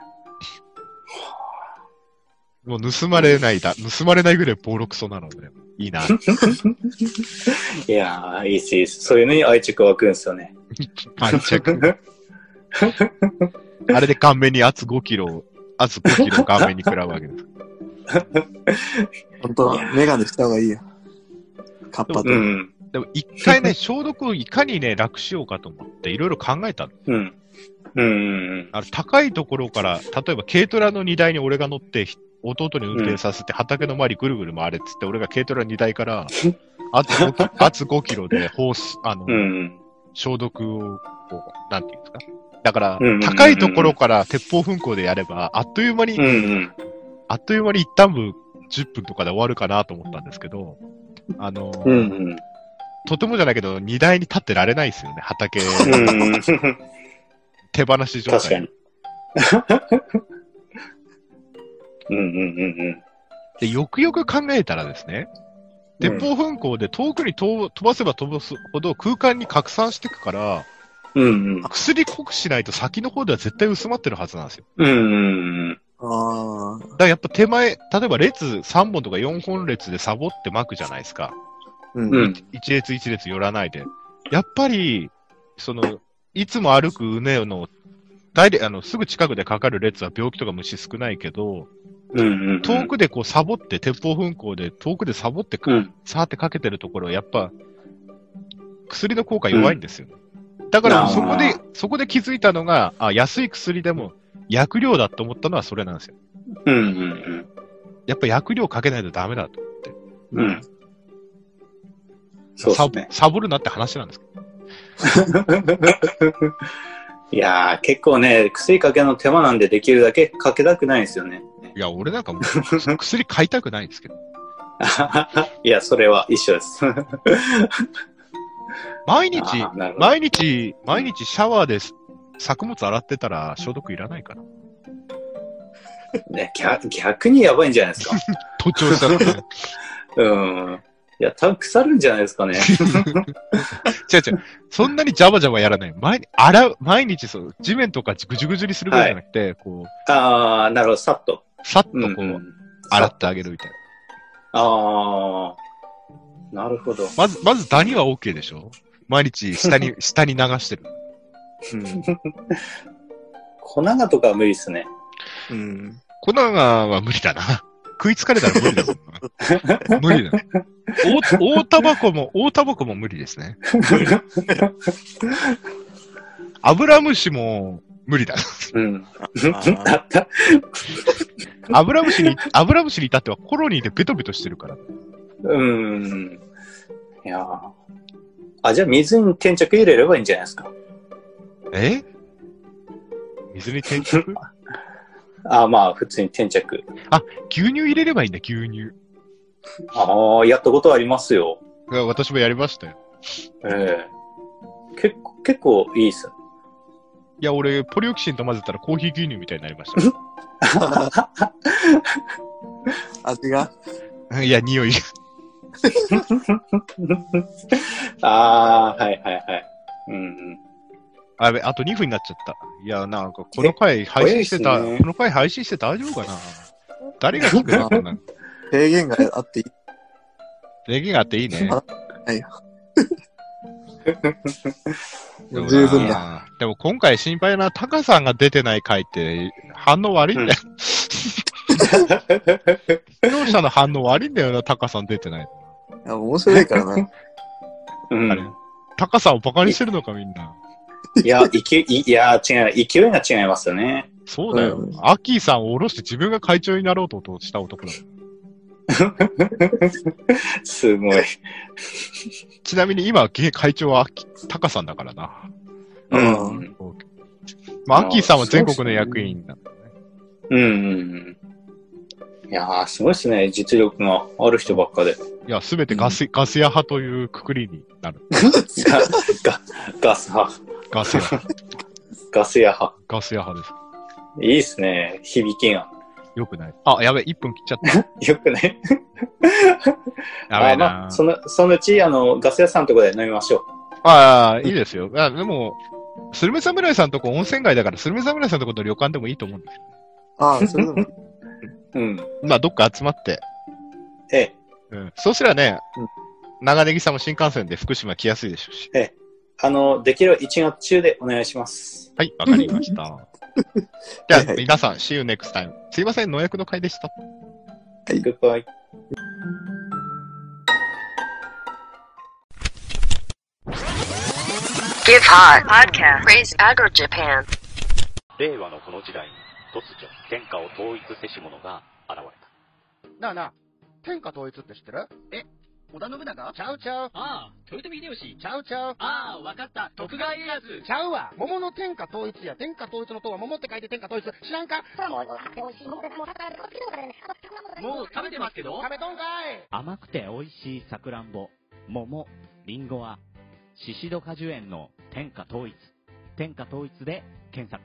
もう盗まれないだ、盗まれないぐらいボロクソなので、いい (laughs) な。
いやー、いいっすいいっす。そういうのに愛着湧くんですよね。
愛着。あれで顔面に圧5キロ、圧5キロ顔面に食らうわけです。
本当は、メガネした方がいいよ。カッパと。
うん。
でも一回ね、消毒をいかにね、楽しようかと思って、いろいろ考えたの。
うん。うん。
あの高いところから、例えば軽トラの荷台に俺が乗って、ひ弟に運転させて、畑の周りぐるぐる回れっつって、俺が軽トラの荷台から、あと5キあと5キロでホース、あの、
うん。
消毒を、こう、なんていうんですか。だから
うんうんうんう、ん
高いところから鉄砲噴火でやれば、あっという間に、
うんうん。
あっという間に一旦部10分とかで終わるかなと思ったんですけど、あの、
うんうん。
とてもじゃないけど、荷台に立ってられないですよね、畑、
うんうん。
手放し状態。
確かに。 (laughs) うんうんうん
で、よくよく考えたらですね、
う
鉄
ん
砲噴火で遠くに飛飛ばせば飛ばすほど空間に拡散していくから、
うん。うんうん。
薬濃くしないと先の方では絶対薄まってるはずなんですよ。
うんうんうん。
ああ。
だからやっぱ手前、例えば列3本とか4本列でサボって巻くじゃないですか。
うん。
うん。
1列1列寄らないで。やっぱり、その、いつも歩くうねの、大であの、すぐ近くでかかる列は病気とか虫少ないけど、
うんうんうん。
遠くでこうサボって、鉄砲噴火で遠くでサボってか
うん。
さーってかけてるところ、やっぱ、薬の効果弱いんですよね。だから、
あー
そこで、そこで気づいたのが、あ、安い薬でも薬量だと思ったのはそれなんですよ。
うんうん
やっぱ薬量かけないとダメだと。
うん。うん。そうで
サ
す
ボ
ね。
サボるなって話なんですけど。
いやー、結構ね、薬かけの手間なんでできるだけかけたくないですよね。 (laughs)
いや、俺なんかもう、薬買いたくないんですけど。
いや、それは一緒です。
毎日、
あーなるほど
毎日、毎日シャワーです。作物洗ってたら消毒いらないから。
ね逆逆にやばいんじゃないですか。
徒長したら、ね。
うん。いや、多分腐るんじゃないです
(laughs)
かね。
違う違う。そんなにジャバジャバやらない。毎日、洗う、毎日そう、地面とかぐじゅぐじゅにするぐらいじゃなくて、こう、
ああ、なるほど、さっと。
さっとこう、
うん
洗ってあげるみたいな。
ああ、なるほど。
まず、まずダニは OK でしょ毎日下
(laughs)
に、下に流してる。
粉がとかは無理ですね。
うん。 (laughs)
粉がは無理だな。食いつかれたら無理だもんな。無理だ。大大タバコも、大タバコも無理ですね。アブラムシも無理だ。
うん。
あー
あった。
アブラムシに、アブラムシに至ってはコロニーでベトベトしてるから。
うん。いやーあ、じゃあ水に転着入れればいいんじゃないですか。
え水に転着
あまあ、普通に転着。
牛乳入れればいいんだ、牛乳。
ああ、やったことありますよ。
私もやりましたよ。
ええ結構、結構いいっす。
いや、俺、ポリオキシンと混ぜたらコーヒー牛乳みたいになりました。
味が
いや、匂い。
ああ、はいはいはい。うん
あべ、あと2分になっちゃった。いや、なんか、この回配信してた、
早いっすね
この回配信して大丈夫かな誰が聞くのかな
制限があっていい。
レゲがあっていいね。 (laughs)
はい。
でもな
十分だ。。
でも今回心配なのは、タカさんが出てない回って、反応悪いん
(laughs)
だよ。視聴者の反応悪いんだよな、タカさん出てない。
いや面白いから
(laughs)
な。
うん。う
あれ
ん、
タカさんをバカにしてるのか、みんな。
いや、いき、いいや、違う、勢いが違いますよね。
そうだよ
う。ん
アッキーさんを下ろして自分が会長になろうとした男だ。
(laughs) すごい。
ちなみに今、げ会長はアッキータカさんだからな。
うん。
まあ、
あー
アッキーさんは全国の役員だ。
うんうんうん。いやー、すごいっすね。実力がある人ばっかで。
いや、すべてガス、ガス屋派というくくりになる。
ガガガス派、
ガス屋
(laughs)
派。
ガス屋派。
ガス屋派です。
いいっすね。響きが。
よくない。あ、やべ、1分切っちゃっ
よくね。
た。やべえ
あま
な
あ、。その、そのうち、あの、ガス屋さんのとこで飲みましょ。
ああ、いいですよ。あでも、スルメ侍さんとこ温泉街だから、スルメ侍さんとこの旅館でもいいと思うんですよ。
ああ、それでもいいう
うん。
まあ、どっか集まって。
ええ。
うん。そうすりゃね
う、
長ネギさんも新幹線で福島来やすいでしょうし。
あの、できれば1月中でお願いします。
はい、わかり (laughs) ました。じゃ
はいは
あ、
い
皆さん、See you next time。すいません、農薬の会でした。
グッバイ。
Give Hot Podcast. Praise Agro Japan.
令和のこの時代に突如天下を統一せし者が現れた
なあなあ、天下統一って知ってる
織田信長
ちゃうちゃう。
ああ、豊臣秀吉。
ちゃうちゃう。
ああ、わかった。徳川家康。
ちゃうわ。桃の天下統一や。天下統一の塔は桃って書いて天下統一。知らんか
それはもう、美味しいものです。もう、ただ、こっちの方でね。あと、そんなものです
もう食べてますけど。
食べとんかい。
甘くて美味しいさくらんぼ、桃、りんごは、シシド果樹園の天下統一、天下統一で検索。